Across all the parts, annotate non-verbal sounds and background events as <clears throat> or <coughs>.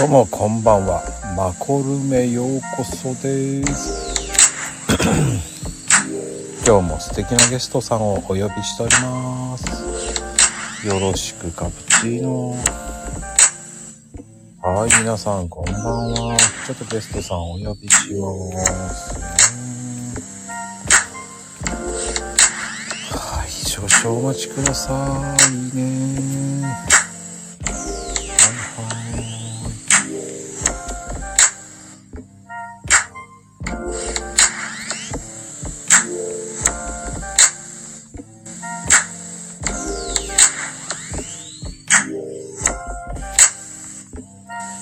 どうもこんばんはマコルメようこそです <coughs> 今日も素敵なゲストさんをお呼びしておりますよろしくカプチーノはい皆さんこんばんはちょっとゲストさんお呼びしますねはい少々お待ちくださいねはいはい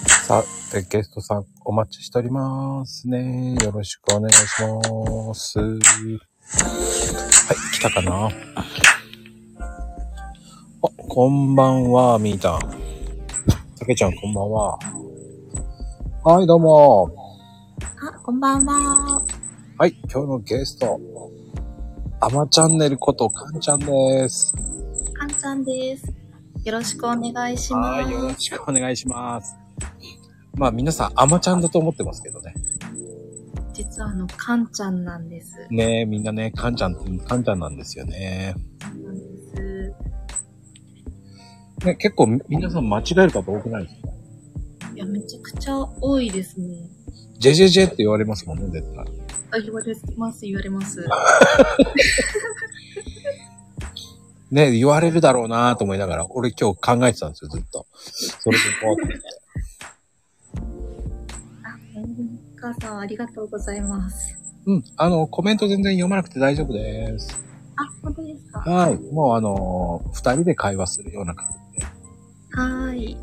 さて、ゲストさんお待ちしておりますね。よろしくお願いします。はい、来たかなあ、こんばんは、みーたん。たけちゃん、こんばんは。はい、どうも。あ、こんばんは。はい、今日のゲスト、あまチャンネルことかんちゃんです。かんちゃんです。よろしくお願いしまはい、よろしくお願いします。まあ、皆さん、あまちゃんだと思ってますけどね。す。実はあの、かんちゃんなんです。ねえ、みんなね、かんちゃんって、かんちゃんなんですよね。そうなんです。ね、結構み皆さん間違える方多くないですかいや、めちゃくちゃ多いですね。 ?JJJ って言われますもんね、絶対。あ、言われます、言われます。ね、言われるだろうなと思いながら、俺今日考えてたんですよ、ずっと。それで怖く <laughs> て。あ、お母さん、ありがとうございます。うん、あの、コメント全然読まなくて大丈夫です。あ、本当ですかははい。もうあのー二人で会話するような感じで。ーい。い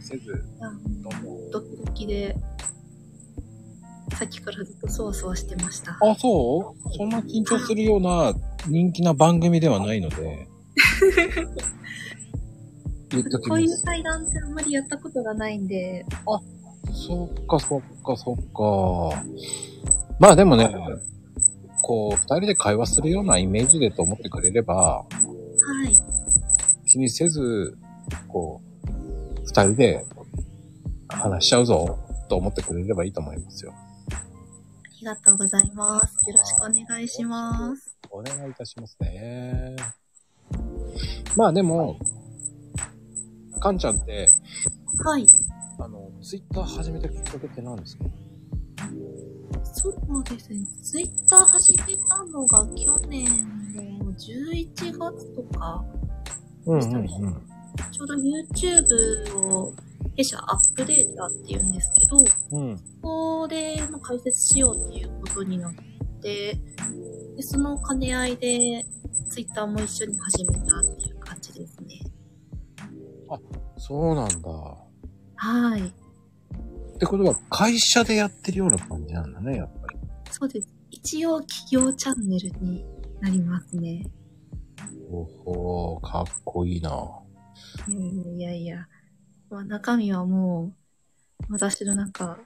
せず、や、どうも。ドキドキで、さっきからずっとそわそわしてました。あ、そうそんな緊張するような人気な番組ではないの <laughs> で。言っときこまういうす。対談ってあんまりやったことがないんで、そっかそっかそっか。まあでもね、こう、二人で会話するようなイメージでと思ってくれれば、はい。気にせず、こう、二人で話しちゃうぞ、と思ってくれればいいと思いますよ。ありがとうございます。よろしくお願いします。お願いいたしますね。まあでも、かんちゃんって、はい。あの、ツイッター始めたきっかけって何ですかそうですね。ツイッター始めたのが去年の11月とか、うんんうんうんちょうど YouTube を弊社アップデータっていうんですけど、うん。うん。ここでまあ解説しようっていうことになって、でその兼ね合いでツイッターも一緒に始めたっていう感じですね。そうなんだ。はい。ってことは、会社でやってるような感じなんだね、やっぱり。そうです。一応企業チャンネルになりますね。おほー、かっこいいな。いやいやいや、まあ、中身はもう、私のなんか、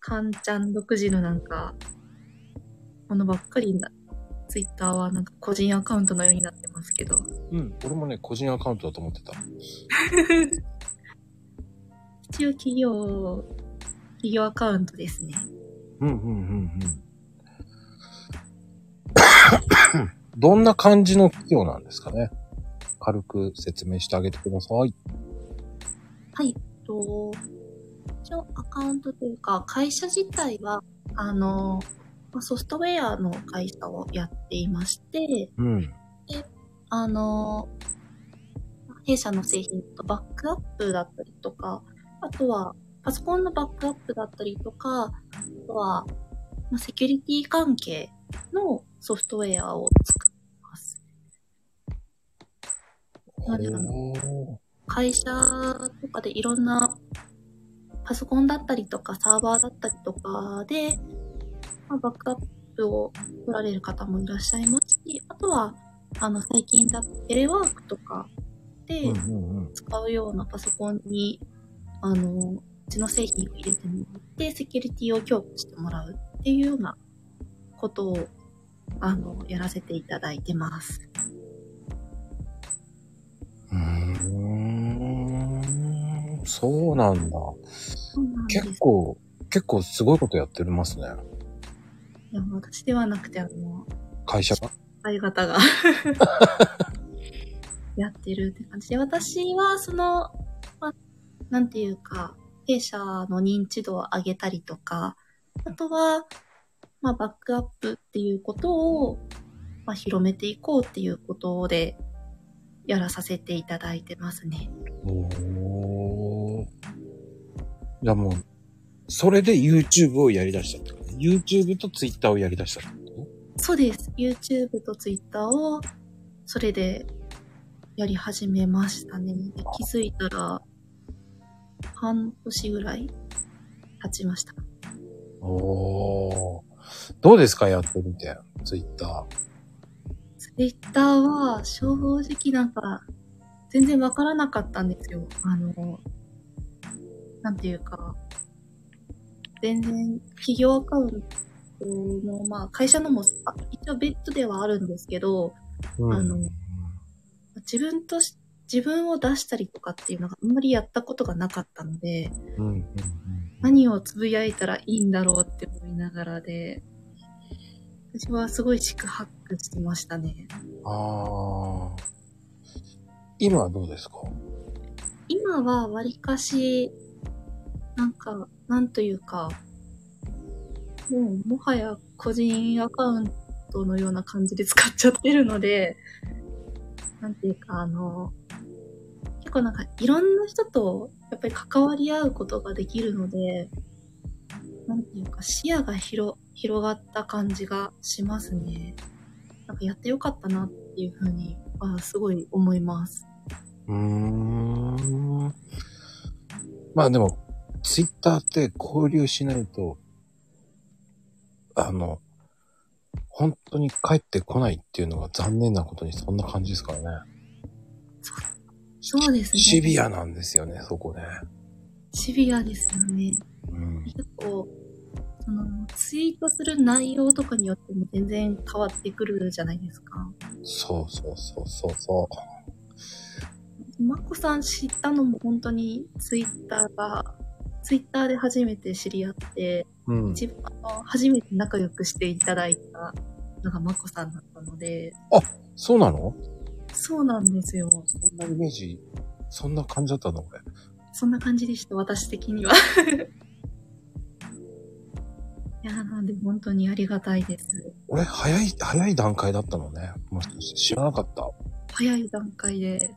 かんちゃん独自のなんか、ものばっかりな、ツイッターはなんか個人アカウントのようになってますけど。うん。俺もね、個人アカウントだと思ってた。一応企業、企業アカウントですね。うんうんうんうん。 <coughs> どんな感じの企業なんですかね軽く説明してあげてください。はい、と、一応アカウントというか、会社自体は、あの、まあソフトウェアの会社をやっていまして、うん。あの、弊社の製品とバックアップだったりとか、あとはパソコンのバックアップだったりとか、あとはまあセキュリティ関係のソフトウェアを作ってます。おなんでだー会社とかでいろんなパソコンだったりとかサーバーだったりとかで、まあ、バックアップを取られる方もいらっしゃいますし、あとは、あの、最近だとテレワークとかでうんうんうん。使うようなパソコンに、あの、うちの製品を入れてもらって、セキュリティを強化してもらうっていうようなことを、あの、やらせていただいてます。うーんそうなんだ。そうなんです。結構、結構すごいことやってますね。いや、私ではなくて、あの、会社が。相方が <laughs> やってるって感じで、私はその、まあ、なんていうか、弊社の認知度を上げたりとか、あとは、まあ、バックアップっていうことを、まあ、広めていこうっていうことで、やらさせていただいてますね。おー。じゃあもう、それで YouTube をやり出したってこと YouTube と Twitter をやり出したってこそうです。YouTube と Twitter を、それで、やり始めましたね。で気づいたら、半年ぐらい経ちました。とおー。どうですかやってみて、Twitter。 Twitter は、正直なんか、全然わからなかったんですよ。あの、なんていうか、全然、企業アカウントも、まあ、会社のも、あ一応別途ではあるんですけど、うん。あの自分とし、自分を出したりとかっていうのがあんまりやったことがなかったので、うん、うん、うん。何をつぶやいたらいいんだろうって思いながらで、私はすごい四苦八苦してましたね。あー。今はどうですか今はわりかし、なんか、なんというか、もうもはや個人アカウントのような感じで使っちゃってるので、なんていうか、あの、結構なんかいろんな人とやっぱり関わり合うことができるので、なんていうか視野が広、広がった感じがしますね。なんかやってよかったなっていうふうにはすごい思います。うーん。まあでも、ツイッターって交流しないと、あの、本当に帰ってこないっていうのが残念なことにそんな感じですからね。そうですね。シビアなんですよね、そこね。シビアですよね。うん。結構、その、ツイートする内容とかによっても全然変わってくるじゃないですか。そうそうそうそうそマコさん知ったのも本当にツイッターが、ツイッターで初めて知り合って、う。うん。一番あの初めて仲良くしていただいたのがマコさんだったので、そうなのそうなんですよ。そんなイメージ、そんな感じだったの俺。そんな感じでした、私的には。 <laughs> いやー、なんで本当にありがたいです。俺、早い、早い段階だったのね。もしかして知らなかった。早い段階で、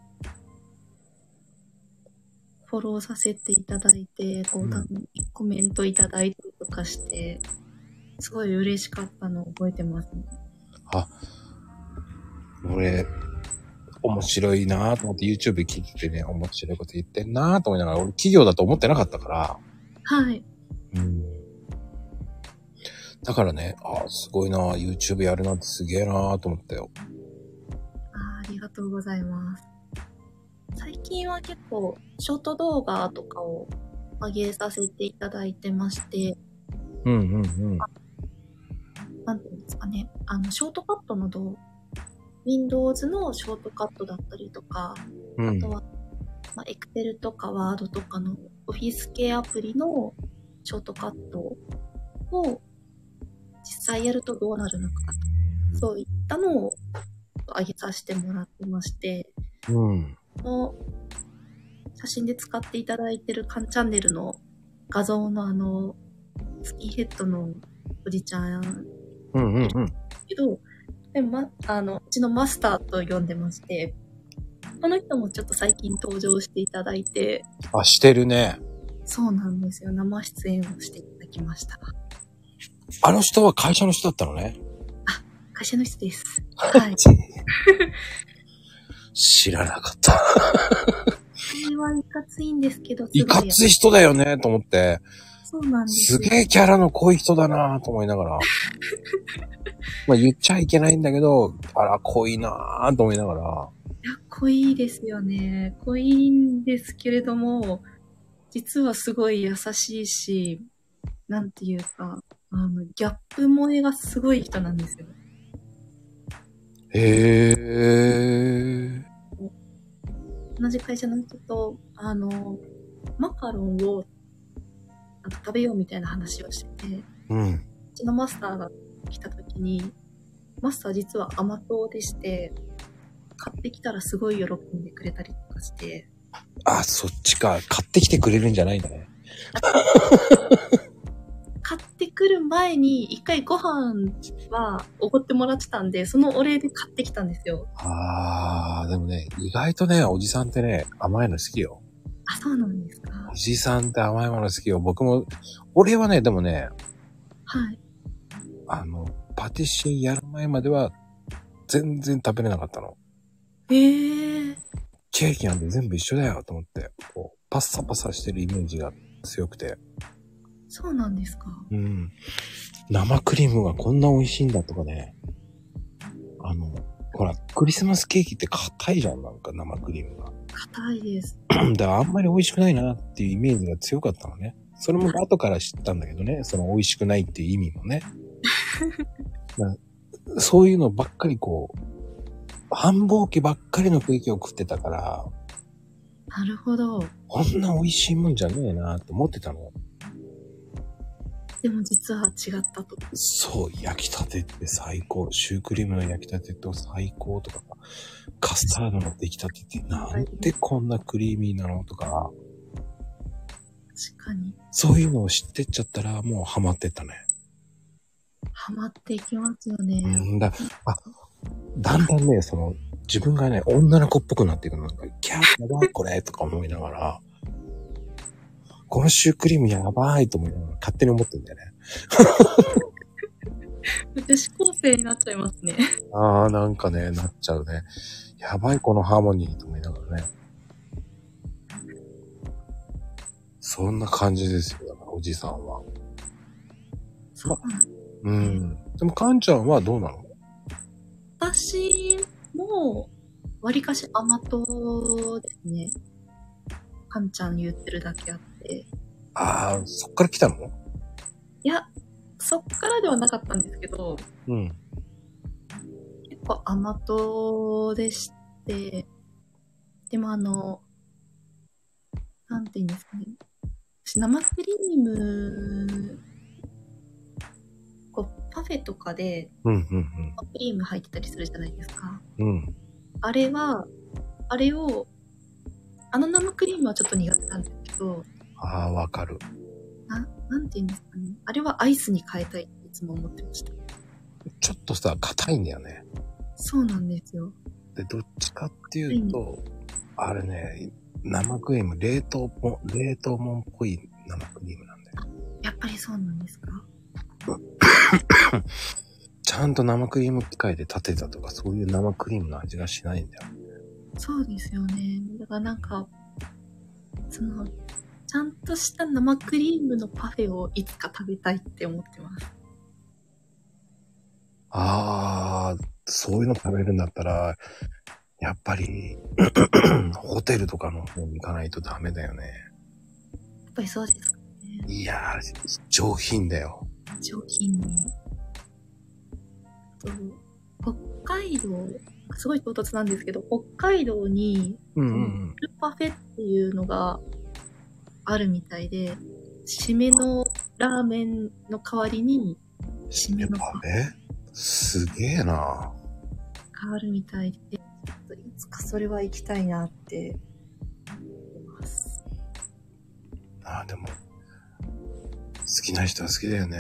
フォローさせていただいて、こううん多分コメントいただいたりとかして、すごい嬉しかったのを覚えてますね。俺、面白いなぁと思って YouTube 聞いててね、面白いこと言ってんなぁと思いながら、俺企業だと思ってなかったから、はい。うん。だからね、ああ、すごいなぁ、YouTube やるなんてすげえなぁと思ったよ。あーありがとうございます。最近は結構、ショート動画とかを上げさせていただいてまして、うんうんうん。なんていうんですかね、あの、ショートカットの動画、Windows のショートカットだったりとか、うあんと。は、まあ、Excel とか Word とかのオフィス系アプリのショートカットを実際やるとどうなるのかと、そういったのを上げさせてもらってまして、うん。この写真で使っていただいてるカンチャンネルの画像のあの、スキンヘッドのおじちゃんうんうんうん。けど、でも、ま、あの、うちのマスターと呼んでまして、この人もちょっと最近登場していただいて、あ、してるね。そうなんですよ。生出演をしていただきました。あの人は会社の人だったの <laughs> ね。会社の人です。はい。知らなかった。それはいかついんですけど、すいかつい人だよねと思って、そうなんですすよ。げえキャラの濃い人だなぁと思いながら。 <laughs> まあ言っちゃいけないんだけど、あら、濃いなぁと思いながら。いや、濃いですよね。濃いんですけれども、実はすごい優しいし、なんていうか、あの、ギャップ萌えがすごい人なんですよ。へえ。同じ会社の人と、あの、マカロンをなんか食べようみたいな話をしてて、うん。うちのマスターが来た時に、マスター実は甘党でして、買ってきたらすごい喜んでくれたりとかして、あ、そっちか。買ってきてくれるんじゃないんだね。買ってくる前に一回ご飯はおごってもらってたんで、そのお礼で買ってきたんですよ。ああ、でもね、意外とね、おじさんってね、甘いの好きよ。あ、そうなんですかお。じさんって甘いもの好きよ。僕も、俺はね、でもね、はい。あの、パティシエやる前までは、全然食べれなかったの。ええケーキなんて全部一緒だよと思って、こう、パッサパサしてるイメージが強くて。そうなんですか。うん。生クリームがこんな美味しいんだとかね。あの、ほら、クリスマスケーキって硬いじゃん、なんか生クリームが。 <clears throat> 硬いです。だからあんまり美味しくないなっていうイメージが強かったのね。そ <laughs> れも後から知ったんだけどね、その美味しくないっていう意味もね。 <laughs> だからそういうのばっかりこう、繁忙期ばっかりのケーキを食ってたから、なるほど。こんな美味しいもんじゃねえなって思ってたの。でも実は違ったと。そう、焼きたてって最高。シュークリームの焼きたてと最高とか、カスタードの出来たてってなんでこんなクリーミーなのとか、確かに。そういうのを知ってっちゃったらもうハマってったね。ハマっていきますよね。うんだ、あ、だんだんね、その、自分がね、女の子っぽくなっていくの。なんか、キャー、やばいこれとか思いながら、このシュークリームやばいと思いながら、勝手に思ってんだよね。女子高生になっちゃいますね。あー、なんかね、なっちゃうね。やばいこのハーモニーと思いながらね。そんな感じですよ、だからおじさんは。そうなんですうん。でも、かんちゃんはどうなの私も、わりかし甘党ですね。かんちゃん言ってるだけあって。あー、そっから来たのいや、そっからではなかったんですけど、うん。結構甘党でして、でもあの、なんて言うんですかね。私生クリーム、こう、パフェとかでうん、うん、生クリーム入ってたりするじゃないですか。うん。うん。あれは、あれを、あの生クリームはちょっと苦手なんですけど、あー、わかる。ななんて言うんですかね。あれはアイスに変えたいっていつも思ってました。ちょっとさ、硬いんだよね。そうなんですよ。で、どっちかっていうと、あれね、生クリーム、冷凍も、冷凍もんっぽい生クリームなんだよ。やっぱりそうなんですかちゃんと生クリーム機械で立てたとか、そういう生クリームの味がしないんだよ。そうですよね。だからなんか、その、ちゃんとした生クリームのパフェをいつか食べたいって思ってます。あー、そういうの食べるんだったら、やっぱり、 <clears throat> ホテルとかの方に行かないとダメだよね。やっぱりそうですかね。いやー、上品だよ。上品に。あと、北海道、すごい唐突なんですけど、北海道にうんうんうん。ルパフェっていうのがあるみたいで、締めのラーメンの代わりに締めのパフえすげえなェがあるみたいで、ちょっといつかそれは行きたいなって思います。あーでも、好きな人は好きだよね。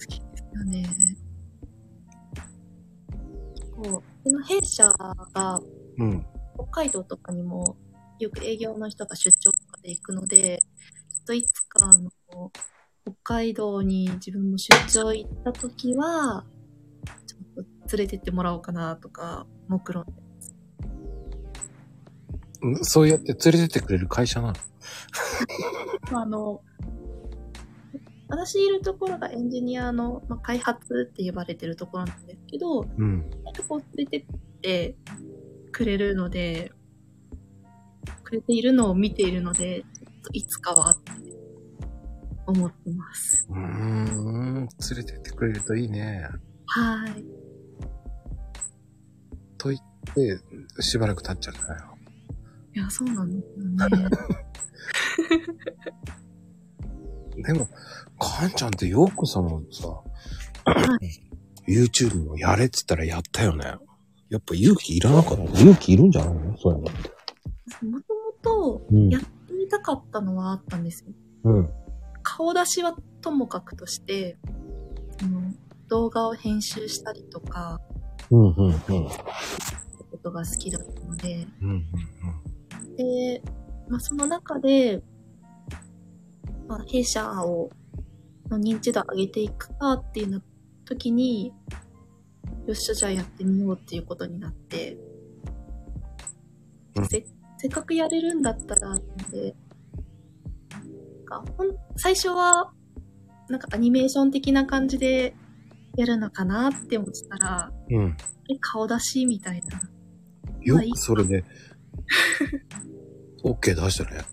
好きですよね。こう、この弊社がうん。北海道とかにもよく営業の人が出張とかで行くので、ちょっといつかあの、北海道に自分も出張行った時は、ちょっと連れてってもらおうかなとか、目論んで。んそうやって連れてってくれる会社なのまあ、あの、私いるところがエンジニアの、まあ、開発って呼ばれてるところなんですけど、うん。割とこう連れてってくれるので、くれているのを見ているので、ちょっといつかはって思ってます。うーん、連れてってくれるといいね。はい。と言って、しばらく経っちゃったよ。いや、そうなんですよね。でも、かんちゃんってよくそのさ、YouTube もやれって言ったらやったよね。やっぱ勇気いらなかった。勇気いるんじゃないのそういうのって。もともとうんやってみたかったのはあったんですよ。うん。顔出しはともかくとして、あの動画を編集したりとか、うんうんうん。ことが好きだったので、うんうんで、まあ、その中で、まあ、弊社を、の認知度を上げていくかっていうの時に、よっしゃ、じゃあやってみようっていうことになってうん、せ、せっかくやれるんだったら、で、なんかほん最初は、なんかアニメーション的な感じでやるのかなって思ってたら、うん。うん。え、顔出しみたいな。よくそれで、OK 出したね。はい。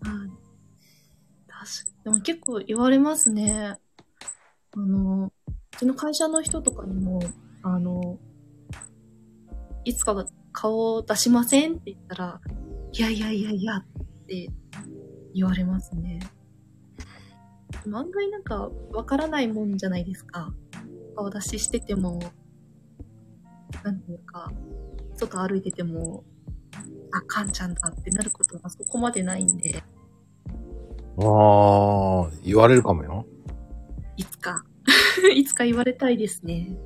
確かでも結構言われますね。あの、うちの会社の人とかにも、あの、いつか顔を出しませんって言ったら、いやいやいやいやって言われますね。でも案外なんかわからないもんじゃないですか。顔出ししてても、なんていうか、外歩いてても、あ、かんちゃんだってなることはそこまでないんで。ああ、言われるかもよ。いつか。 <laughs> いつか言われたいですね。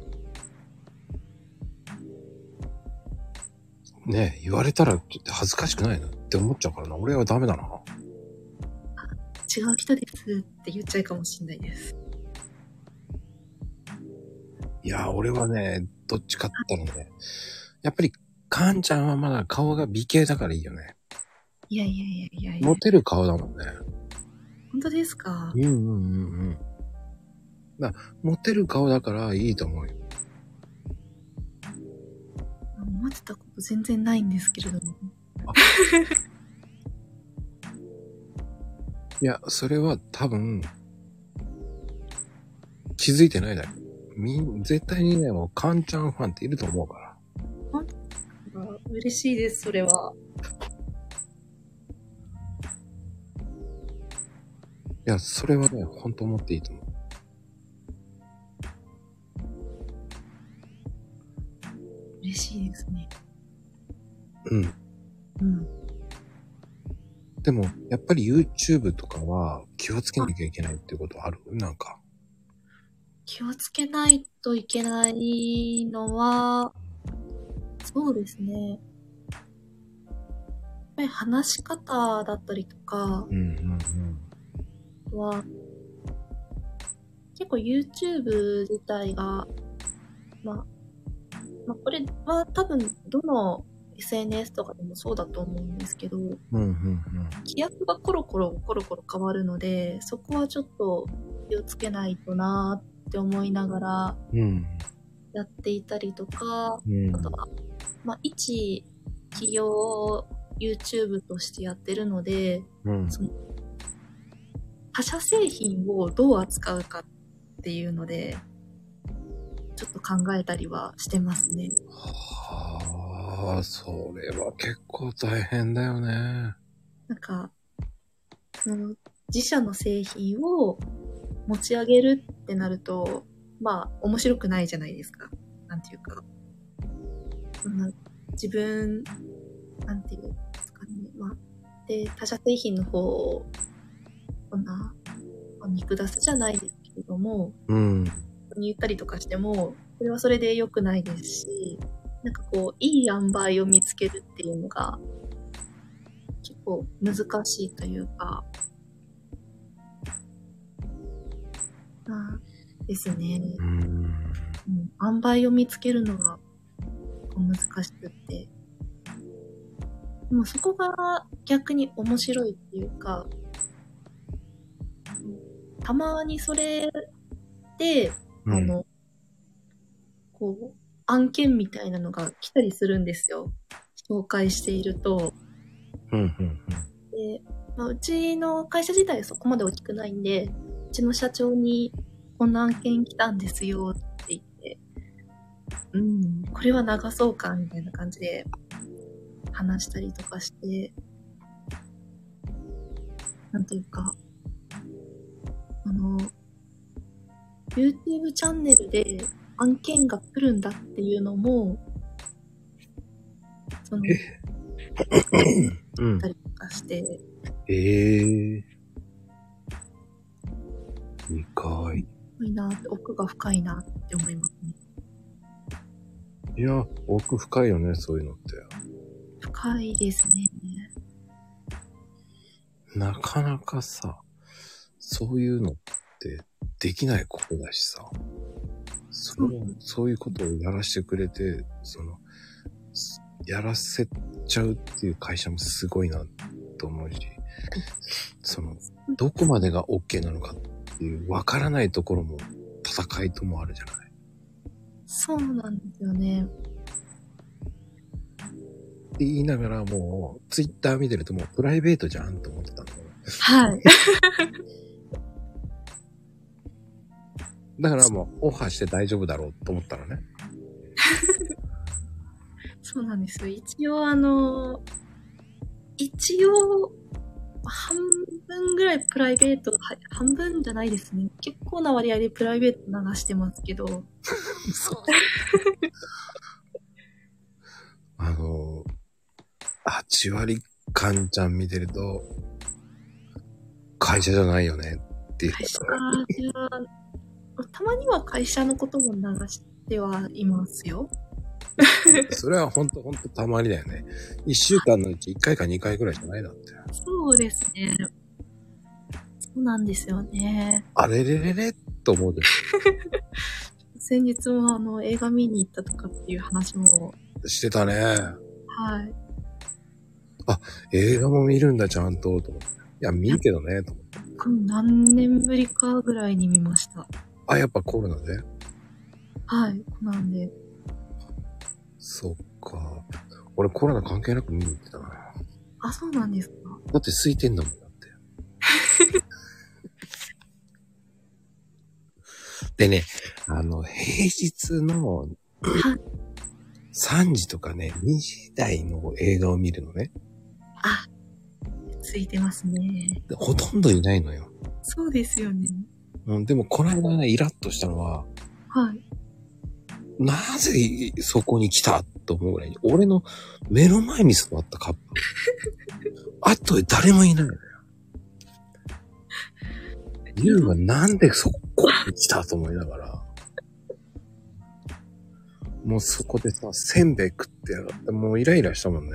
ねえ言われたらちょっと恥ずかしくないなって思っちゃうからな。俺はダメだな。違う人ですって言っちゃうかもしれないです。いや、俺はね、どっちかって言ったらね、やっぱり、かんちゃんはまだ顔が美形だからいいよね。いやいやいやいやいや。モテる顔だもんね。本当ですかうんうんうんうん。だモテる顔だからいいと思うよ。思ってたこと全然ないんですけれども。いや、それは多分、気づいてないだけ。みん、絶対にね、もう、かんちゃんファンっていると思うから。嬉しいです、それは。いや、それはね、ほんと思っていいと思う。嬉しいですね。うん。うん。でも、やっぱり YouTube とかは気をつけなきゃいけないっていうことあるなんか。気をつけないといけないのは、そうですね。やっぱり話し方だったりとか、うんうんは、結構 YouTube 自体が、まあ、まあ、これは多分どの SNS とかでもそうだと思うんですけど、うん。うんうん規約がコロコロコロコロ変わるので、そこはちょっと気をつけないとなーって思いながらうん。うん。やっていたりとか、うんあとは、まあ、一企業 YouTube としてやってるので、うん。他社製品をどう扱うかっていうので、ちょっと考えたりはしてますね。はあ、それは結構大変だよね。なんか、その自社の製品を持ち上げるってなると、まあ、面白くないじゃないですか。なんていうか。そんな自分、なんていうんですかね。まあ、で、他社製品の方を、こんな、まあ見下すじゃないですけれども、うん。に言ったりとかしても、それはそれで良くないですし、なんかこう、いい塩梅を見つけるっていうのが、結構難しいというか、あですね。うん。うん、塩梅を見つけるのがこう難しくって。でもそこが逆に面白いっていうか、うんたまにそれで、あの、こう、案件みたいなのが来たりするんですよ。紹介していると。うん、うん、で、まあ、うちの会社自体はそこまで大きくないんで、うちの社長にこんな案件来たんですよって言って、うん、これは流そうかみたいな感じで話したりとかして、なんていうか、あの、YouTube チャンネルで案件が来るんだっていうのも、その、うんた。りとかして、ええー。2階。すごいなって、奥が深いなって思いますね。いや、奥深いよね、そういうのって。深いですね。なかなかさ、そういうのってできないことだしさ。そううんそういうことをやらせてくれて、その、すやらせちゃうっていう会社もすごいなと思うし、その、どこまでが OK なのかっていう、わからないところも戦いともあるじゃない。そうなんですよね。って言いながらもう、ツイッター見てるともうプライベートじゃんと思ってたの。はい。 <laughs> だからもう、オファーして大丈夫だろうと思ったらね。そうなんですよ。一応あの、一応、半分ぐらいプライベート、は半分じゃないですね。結構な割合でプライベート流してますけど、 <laughs> あの、8割カンちゃん見てると、会社じゃないよねっていう。会社じゃ、たまには会社のことも流してはいますよ。それはほんとほんとたまにだよね。1週間のうち1回か2回ぐらいじゃないだって。そうですね。そうなんですよね。あれれれれと思うで先日もあの映画見に行ったとかっていう話も、してたね。はい。映画も見るんだ、ちゃんと。と思っていや、見るけどね。と思ってこれ何年ぶりかぐらいに見ました。あ、やっぱコロナで。はい。なんで、そっか。俺コロナ関係なく見に行ってたな。あ、そうなんですか。だって空いてんだもんだって。 <laughs> でね、あの、平日のはい3時とかね、2時台の映画を見るのね。あ、ついてますね。でほとんどいないのよ。そうですよね。うん、でも、この間ね、イラッとしたのは、はい。なぜそこに来たと思うぐらいに、俺の目の前に座ったカップル。あとで誰もいないのよ。ユウはなんでそこに来たと思いながら。もうそこでさ、せんべい食ってやがって、もうイライラしたもんね。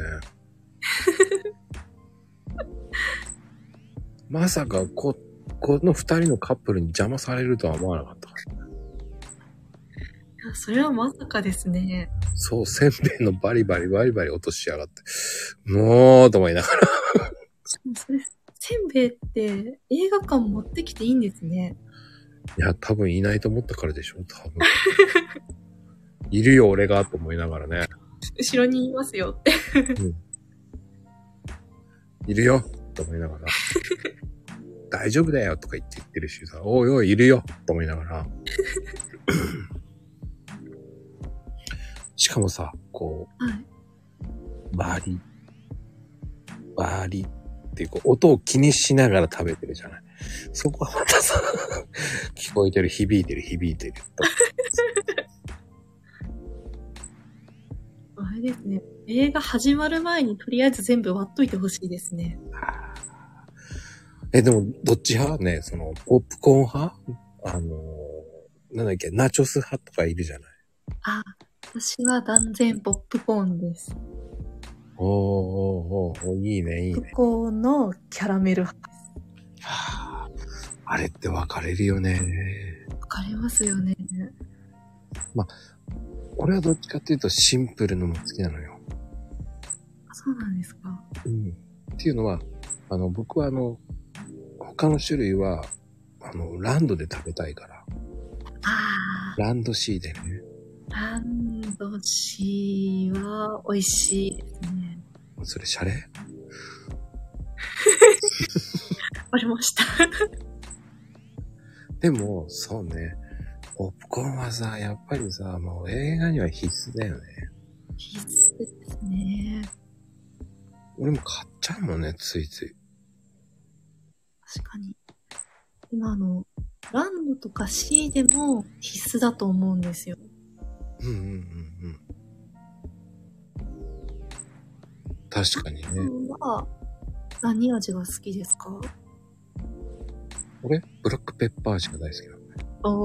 まさか、こ、この二人のカップルに邪魔されるとは思わなかったから。いや、それはまさかですね。そう、せんべいのバリバリバリバリ落としやがって。もう、と思いながら。しかもそれ、せんべいって映画館持ってきていいんですね。いや、多分いないと思ったからでしょ、多分。いるよ、俺が、と思いながらね。後ろにいますよって。いるよ、と思いながら。大丈夫だよ、とか言って言ってるしさ、おいおい、いるよ、と思いながら。しかもさ、こはい。う、バリ、バリっていう、こう、音を気にしながら食べてるじゃない。そこはまたさ、聞こえてる、響いてる、響いてる。あれですね。映画始まる前にとりあえず全部割っといてほしいですね。え、でも、どっち派ね、その、ポップコーン派あのー、なんだっけ、ナチョス派とかいるじゃない。あ、私は断然ポップコーンです。おーおーおーおーいいね、いいポッねプ。コーンのキャラメル派。はああれって分かれるよね。わかりますよね。俺はどっちかっていうとシンプルのも好きなのよ。あそうなんですか。うん。っていうのは、あの、僕はあの、他の種類は、あの、ランドで食べたいから。あランド C でね。ー、ランドシーは美味しいですね。それ、シャレわかりました。でも、そうね。ポップコーンはさ、やっぱりさ、もう映画には必須だよね。必須ですね。俺も買っちゃうもんね、ついつい。確かに。今あの、ランドとか C でも必須だと思うんですよ。うんうんうんうん。確かにさね。んは、何味が好きですか俺、ブラックペッパー味が大好きなの。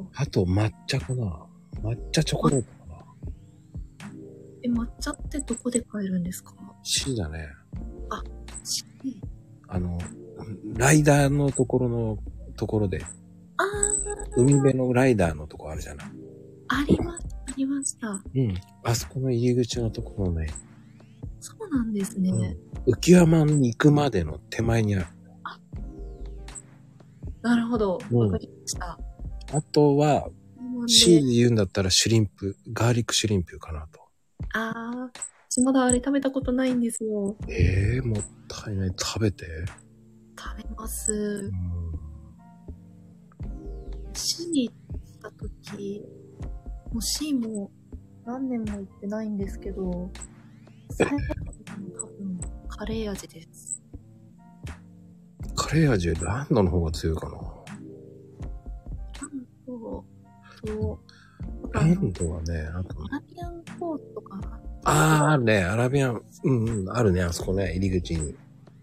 おー。あと、抹茶かな。抹茶チョコレートかな。え、抹茶ってどこで買えるんですか C だね。 C あの、ライダーのところの、ところで、あ海辺のライダーのとこあるじゃない。あ、ありました、ありました。うん。あそこの入り口のところのね、そうなんですね。うん、浮山に行くまでの手前にある。なるほど。うんわかりました。あとは、もうね C で言うんだったらシュリンプ、ガーリックシュリンプかなと。あー、私まだあれ食べたことないんですよ。ええもったいない。食べて。食べまうす。ん。 C に行った時、もう C も何年も行ってないんですけど、最後に食べたの多分カレー味です。カレー味よりランドの方が強いかな。パンと、と、ランドはね、あと、アラビアンコートとか、ああ、あるね。アラビアン、うんうん、あるね。あそこね、入り口に。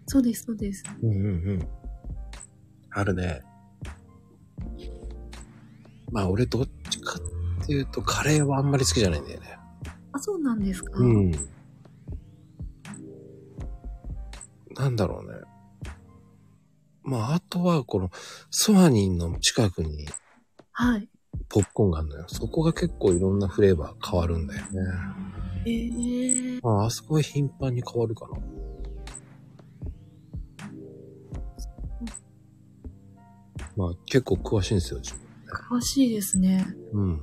そうです、そうです。うんうんうん。あるね。まあ、俺どっちかっていうと、カレーはあんまり好きじゃないんだよね。あ、そうなんですか、うん。なんだろうね。まあ、あとは、この、ソアニンの近くにはい。ポップコーンがあるのよ。そこが結構いろんなフレーバー変わるんだよね。えー、まあ、あそこは頻繁に変わるかな。まあ、結構詳しいんですよ、自詳しいですね。分。うん。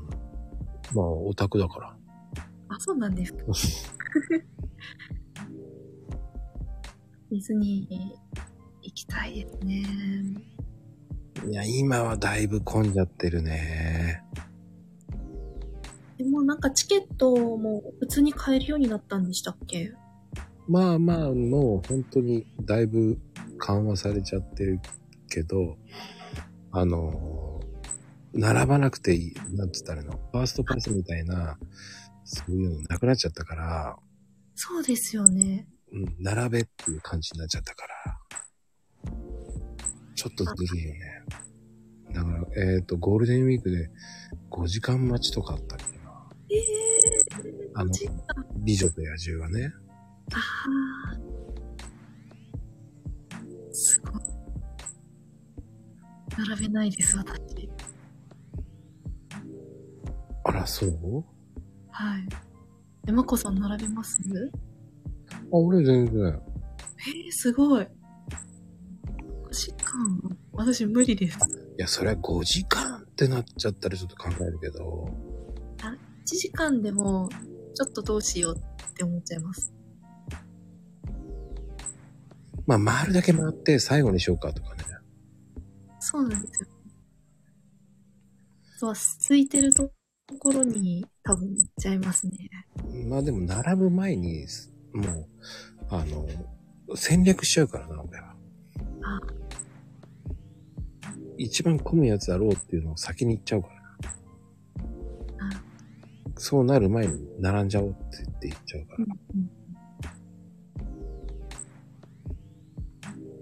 まあ、オタクだから。あ、そうなんですか。ディズニーに行きたいですね。いや、今はだいぶ混んじゃってるね。でもなんかチケットも普通に買えるようになったんでしたっけまあまあ、もう本当にだいぶ緩和されちゃってるけど、あの、並ばなくていい、なんつったらいいの、ファーストパスみたいな、そういうのなくなっちゃったから、そうですよね。うん、並べっていう感じになっちゃったから、ちょっとずるいよね。だから、えっ、と、ゴールデンウィークで5時間待ちとかあったっけな。ええあの、美女と野獣はね。ああ。すごい。並べないです、私。あら、そうはい。え、まこさん並べますあ、俺全然。えー、すごい。5時間私無理です。いや、それは5時間ってなっちゃったらちょっと考えるけど、 1時間でも、ちょっとどうしようって思っちゃいます。まあ、回るだけ回って最後にしようかとかね。そうなんですよ。そう、空いてるところに多分行っちゃいますね。まあでも、並ぶ前に、すもう、あの、戦略しちゃうからな、俺はあ。一番混むやつだろうっていうのを先に言っちゃうからなあ。そうなる前に並んじゃおうって言って言っちゃうから。うん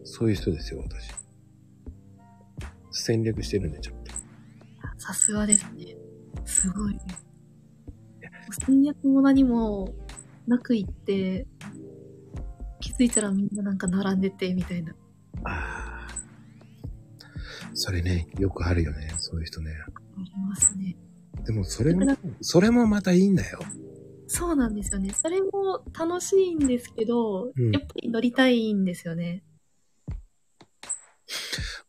そういう人ですよ、私。戦略してるんで、ちゃんと。さすがですね。すごいね。戦略も何もなく行って、気づいたらみんななんか並んでて、みたいな。ああ。それね、よくあるよね、そういう人ね。ありますね。でもそれも、それもまたいいんだよ。そうなんですよね。それも楽しいんですけど、うんやっぱり乗りたいんですよね。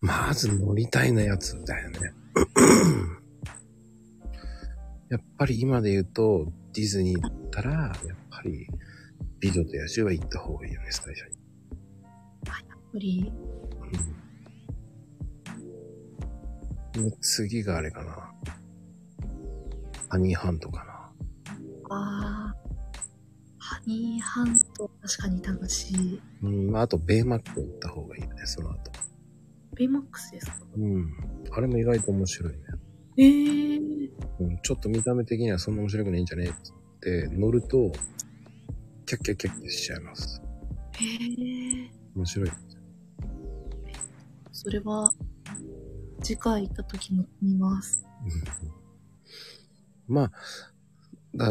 まず乗りたいなやつだよ <clears throat> ね。やっぱり今で言うと、ディズニーだったら、やっぱり、美女と野獣は行った方がいいよね、最初に。やっぱり、うんで、次があれかな。ハニーハントかな。あーハニーハント、確かに楽しい。うん、まああとベイマック行った方がいいよね、その後。ベイマックスですかうん。あれも意外と面白いね。えー、うん、ちょっと見た目的にはそんな面白くないんじゃねえってって乗ると、キャッキャッキャッキャしちゃいます。えー、面白い。それは、次回行った時に見ます。まあ、だ、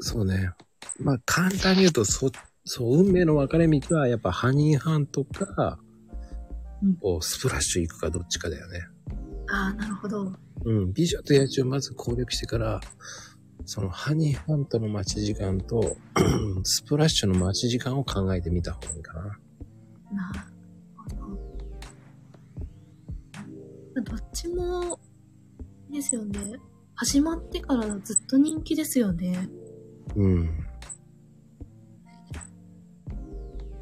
そうね。まあ、簡単に言うと、そ、そう、運命の分かれ道は、やっぱ、ハニーハントかうん、こうスプラッシュ行くかどっちかだよね。ああ、なるほど。うん、美女と野獣をまず攻略してから、そのハニーハントの待ち時間と、 <clears throat> スプラッシュの待ち時間を考えてみた方がいいかな。なるほど。どっちも、ですよね。始まってからずっと人気ですよね。うん。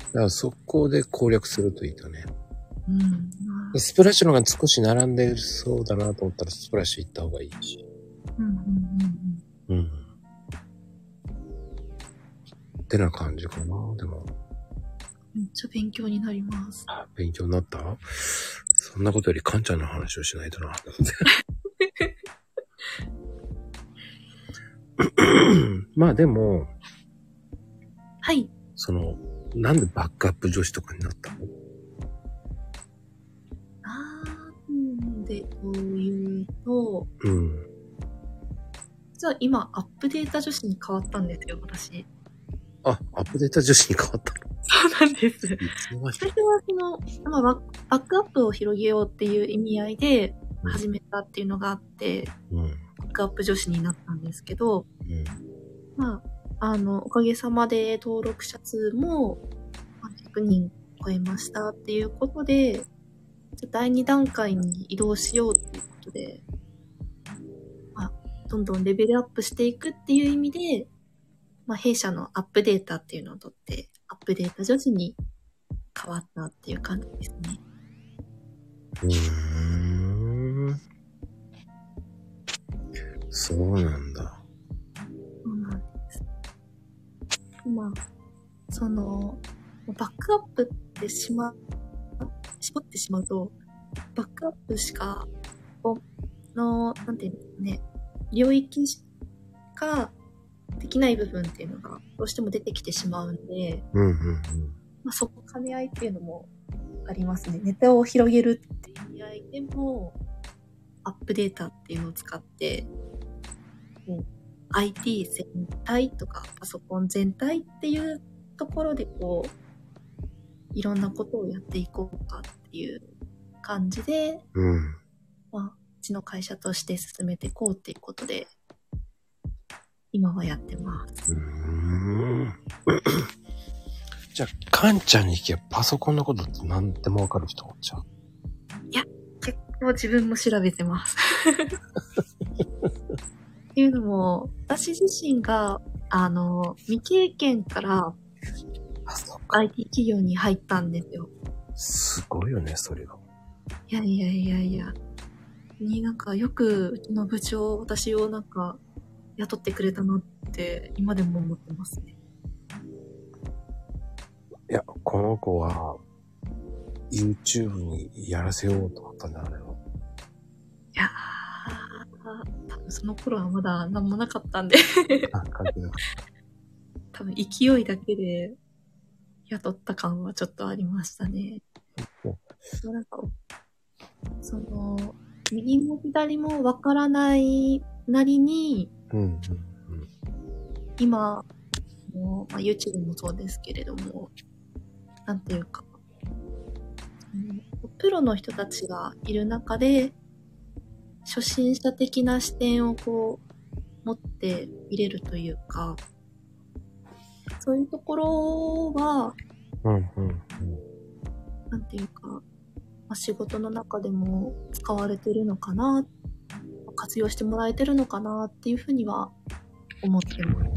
だから速攻で攻略するといいとね。うん。でスプラッシュの方が少し並んでそうだなと思ったらスプラッシュ行った方がいいし。うんうんうんうん。ってな感じかな。でも、うん。めっちゃ勉強になります。あ勉強になったそんなことよりカンちゃんの話をしないと <laughs> な。まあでも、はい。その、なんでバックアップ女子とかになったのなんでこういうと、うん。実は今アップデータ女子に変わったんですよ、私。あ、アップデート女子に変わったのそうなんです。いつの間に最初はその、まあ、バックバックアップを広げようっていう意味合いで始めたっていうのがあって、うん。バックアップ女子になったんですけど、うん。まあ、あの、おかげさまで登録者数もまあ100人超えましたっていうことで、じゃあ第2段階に移動しようっていうことで、まあ、どんどんレベルアップしていくっていう意味で、まあ、弊社のアップデータっていうのを取って、アップデータ女子に変わったっていう感じですね。うーん。そうなんだ。そうなんです。まあ、その、バックアップってしま、絞ってしまうと、バックアップしか、この、なんていうんですかね、領域しかできない部分っていうのがどうしても出てきてしまうんで、うんうんうん。まあ、そこ兼ね合いっていうのもありますね。ネタを広げるっていう意味合いでも、アップデータっていうのを使って、こう IT 全体とかパソコン全体っていうところでこう、いろんなことをやっていこうかっていう感じで、うん。まあ、うちの会社として進めていこうっていうことで、今はやってます。うーんじゃあ、カンちゃんに聞けばパソコンのことって何でもわかる人じゃん。結構自分も調べてます。っていうのも、私自身が、あの、未経験からあ、そう IT 企業に入ったんですよ。すごいよね、それが。いやいやいやいや。になんかよくうちの部長、私をなんか雇ってくれたなって今でも思ってますね。いや、この子は、YouTube にやらせようと思ったんだ、あれは。いやー、多分その頃はまだ何もなかったんで、あ、関係なかっ多分勢いだけで雇った感はちょっとありましたね。そうなんか、その、右も左もわからないなりに、た。うん、うん、今、もうまあ、YouTube もそうですけれども、なんていうか、うんプロの人たちがいる中で、初心者的な視点をこう、持って見れるというか、そういうところは、うん。うん、うん、なんていうか、まあ、仕事の中でも使われてるのかな、活用してもらえてるのかなっていうふうには思ってます。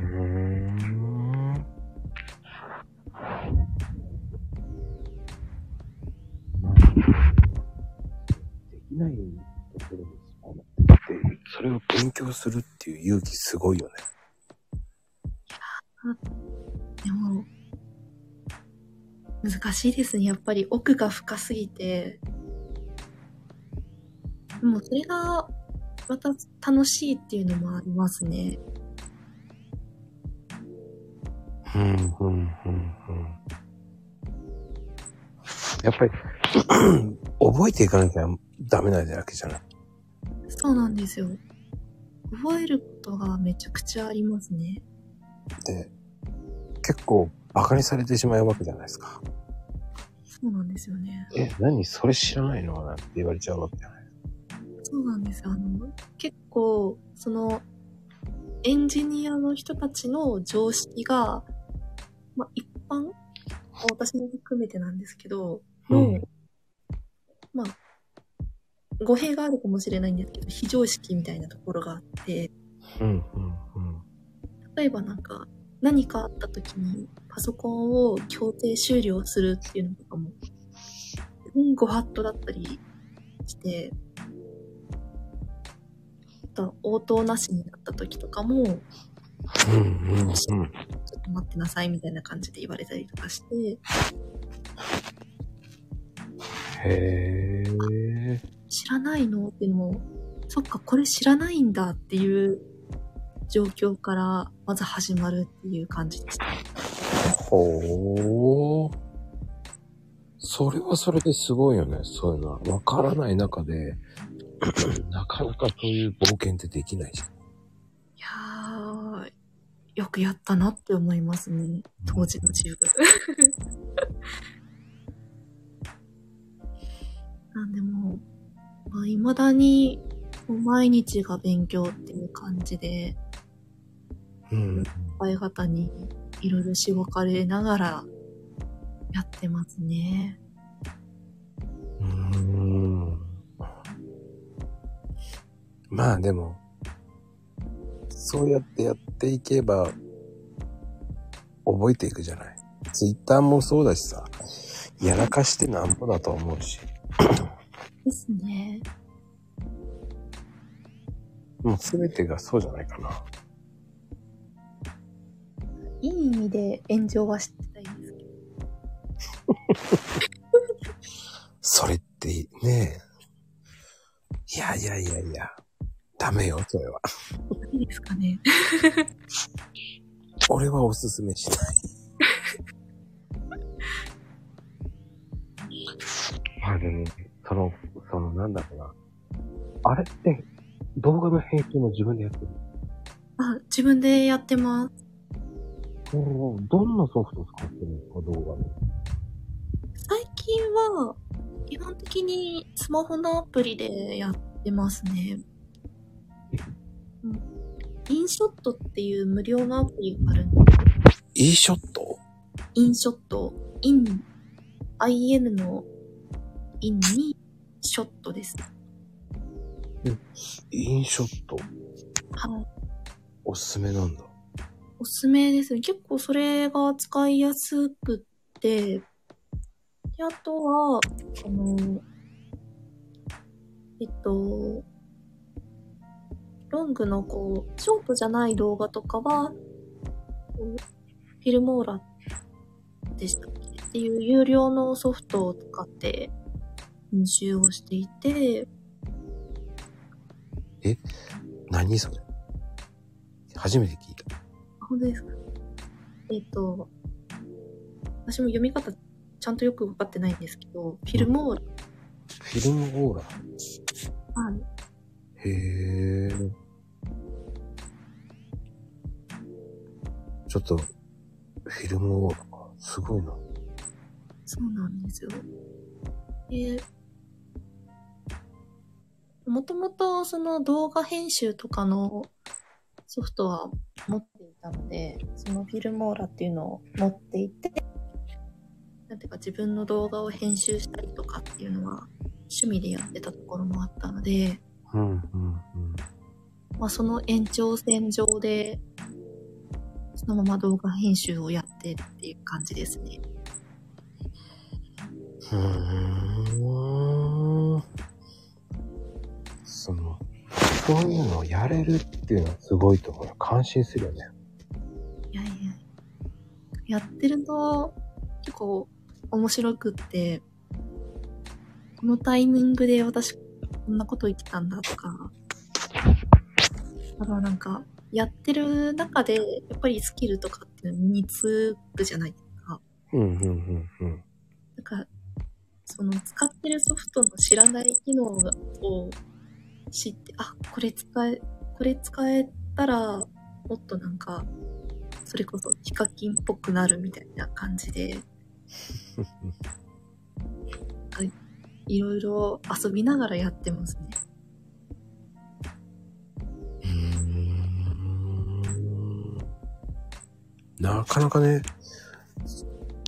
うん。うーん。まあできないところですもんね。でそれを勉強するっていう勇気すごいよね。でも、難しいですね。やっぱり奥が深すぎて。でもそれが、また楽しいっていうのもありますね。うん、うん、うん、うん。やっぱり、 <clears throat> 覚えていかなきゃダメなわけじゃない。そうなんですよ。覚えることがめちゃくちゃありますね。で、結構バカにされてしまうわけじゃないですか。そうなんですよね。え、何それ知らないのなんて言われちゃうわけじゃない。そうなんです。あの、結構、その、エンジニアの人たちの常識が、まあ、一般私も含めてなんですけど、の、うんまあ、語弊があるかもしれないんですけど、非常識みたいなところがあって、うん、うん、うん。例えばなんか、何かあった時にパソコンを強制終了するっていうのとかも、うんご法度だったりして、あとは応答なしになった時とかも、ちょうん、うん、うん。っと待ってなさいみたいな感じで言われたりとかして、へえ。知らないのっていうのも、そっか、これ知らないんだっていう状況から、まず始まるっていう感じでした。ほー。それはそれですごいよね、そういうのは。わからない中で、なかなかそういう冒険ってできないし。いやー、よくやったなって思いますね。当時の自分。 <laughs> なんでもう、まあ、未だに、もう毎日が勉強っていう感じで、うん。輩方にいろいろしごかれながらやってますね。うーんまあでも、そうやってやっていけば、覚えていくじゃない。ツイッターもそうだしさ、やらかしてなんぼだと思うし、ですね。もう全てがそうじゃないかな。いい意味で炎上はしてたいですけど。それってねえ。いやいやいやいや、ダメよ、それは。 <laughs> いいですかね。俺はおすすめしない。ま <laughs> あでも、その、その、なんだろうな。あれって、動画の編集も自分でやってる。あ、自分でやってます。おーどんなソフト使ってるんですか、動画の。最近は、基本的にスマホのアプリでやってますね。うん。インショットっていう無料のアプリがあるんで、 e ショットインショット、イン、IN のインに、ショットです。インショット、はい。おすすめなんだ。おすすめですね。結構それが使いやすくって、で、あとは、あの、えっと、ロングのこう、ショートじゃない動画とかは、こうフィルモーラでしたっけっていう有料のソフトを使って編集をしていて、何それ初めて聞いた。あ本当ですかえっと、私も読み方ちゃんとよくわかってないんですけど、フィルモーラフィルムオーラ。はい。へえ。ちょっと、フィルムを、すごいな。そうなんですよ。で、もともとその動画編集とかのソフトは持っていたので、そのフィルモーラっていうのを持っていて、なんていうか自分の動画を編集したりとかっていうのは趣味でやってたところもあったので、うん、うん、まあその延長線上で、そのまま動画編集をやってっていう感じですね。うん。うーん。その、そういうのをやれるっていうのはすごいと思う。感心するよね。いやいや。やってると、結構、面白くって、このタイミングで私こんなこと言ってたんだとか、あのなんか、やってる中で、やっぱりスキルとかって身につくじゃないうん、うん、うん、なんか、その使ってるソフトの知らない機能を知って、あ、これ使え、これ使えたら、もっとなんか、それこそヒカキンっぽくなるみたいな感じで、はい、いろいろ遊びながらやってますね。うん。なかなかね、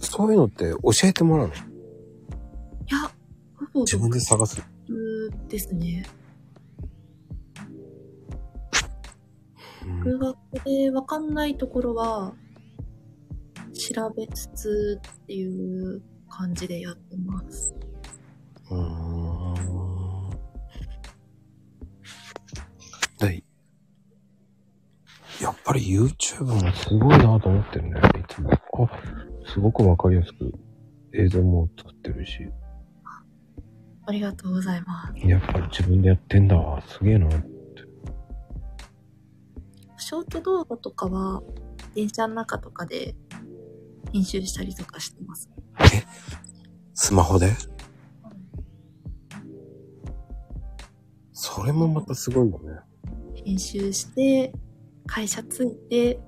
そういうのって教えてもらうのいや、ほぼ自分で探す。僕ですうね。ん僕がこれわかんないところは、調べつつっていう感じでやってます。うーんで、やっぱり YouTube もすごいなと思ってるね。いつも。あ、すごくわかりやすく映像も作ってるし、ありがとうございます。やっぱり自分でやってんだわ。すげえな。ショート動画とかは、電車の中とかで編集したりとかしてます。スマホでそれもまたすごいよね。編集して、会社ついて、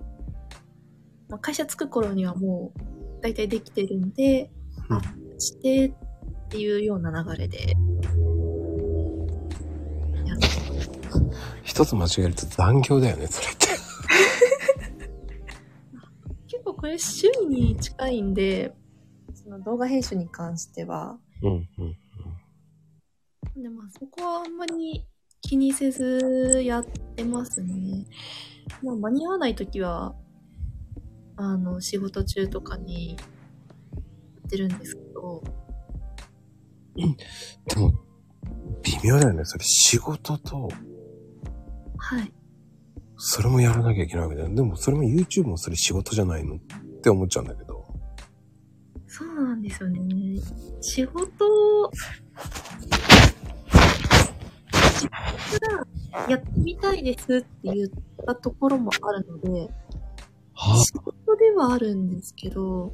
まあ、会社着く頃にはもう、だいたいできてるんで、うんアップしてっていうような流れで、やって一つ間違えると残業だよね、それって。結構これ趣味に近いんで、その動画編集に関しては、うんうん。でまあそこはあんまり気にせずやってますね。まあ間に合わないときは、あの、仕事中とかにやってるんですけど、でも、微妙だよね。それ仕事と、はい。それもやらなきゃいけないわけだよ。でもそれも YouTube もそれ仕事じゃないのって思っちゃうんだけど。そうなんですよね。仕事を、仕事がやってみたいですって言ったところもあるので、は仕事ではあるんですけど、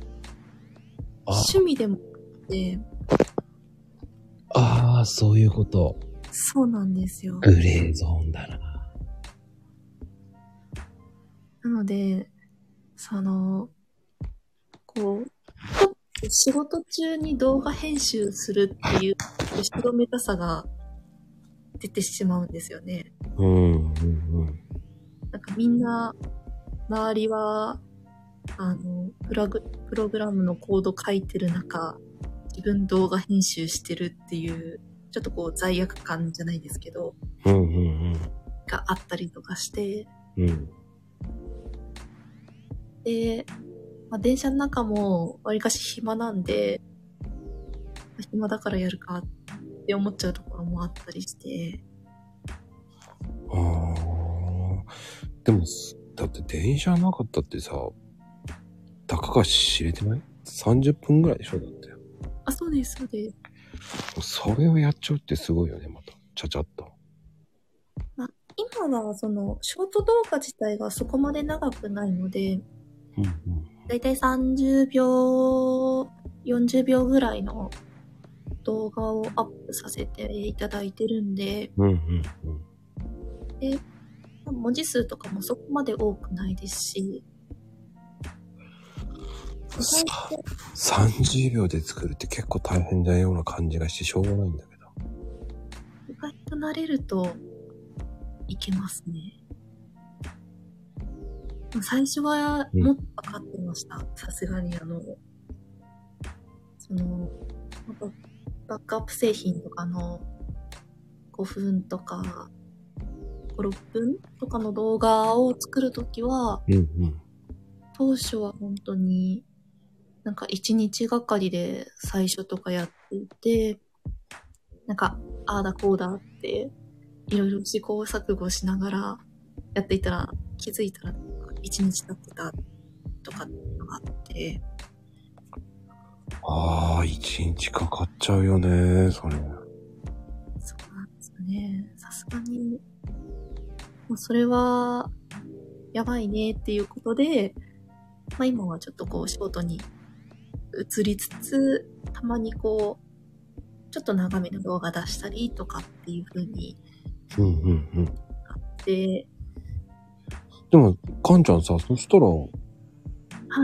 あ趣味でもあって、ああ、そういうこと。そうなんですよ。グレーゾーンだな。なので、その、こう、ちょっと仕事中に動画編集するっていう後ろめたさが出てしまうんですよね。うん、うん、うん。なんかみんな、周りは、あの、プラグ、プログラムのコード書いてる中、自分動画編集してるっていう、ちょっとこう罪悪感じゃないですけど、うん、うん、があったりとかして、うん。うん。で、まあ、電車の中もわりかし暇なんで、まあ暇だからやるかって思っちゃうところもあったりして、あーでも、だって電車なかったってさ、たかが知れてない ?30 分ぐらいでしょだって。もあ、そうです、そうです。うそれをやっちゃうってすごいよね、また。ちゃちゃっと。今はその、ショート動画自体がそこまで長くないので、うん、だいたい30秒、40秒ぐらいの動画をアップさせていただいてるんで、うん。うん、うん、うん。まあ文字数とかもそこまで多くないですし、さ30秒で作るって結構大変なような感じがしてしょうがないんだけど。意外と慣れるといけますね。最初はうんもっと分かってました。さすがにあの、その、ババックアップ製品とかの5分とか5、6分とかの動画を作るときは、うん、うん。当初は本当になんか一日がかりで最初とかやっていて、なんか、ああだこうだって、いろいろ試行錯誤しながらやっていたら、気づいたら一日経ってたとかっていうのがあって、あああ、一日かかっちゃうよね、それ。そうなんですね。さすがに、もうそれは、やばいねっていうことで、まあ今はちょっとこう仕事に移りつつ、たまにこう、ちょっと長めの動画出したりとかっていう風にうんうんうん。で、でも、かんちゃんさ、そしたら、は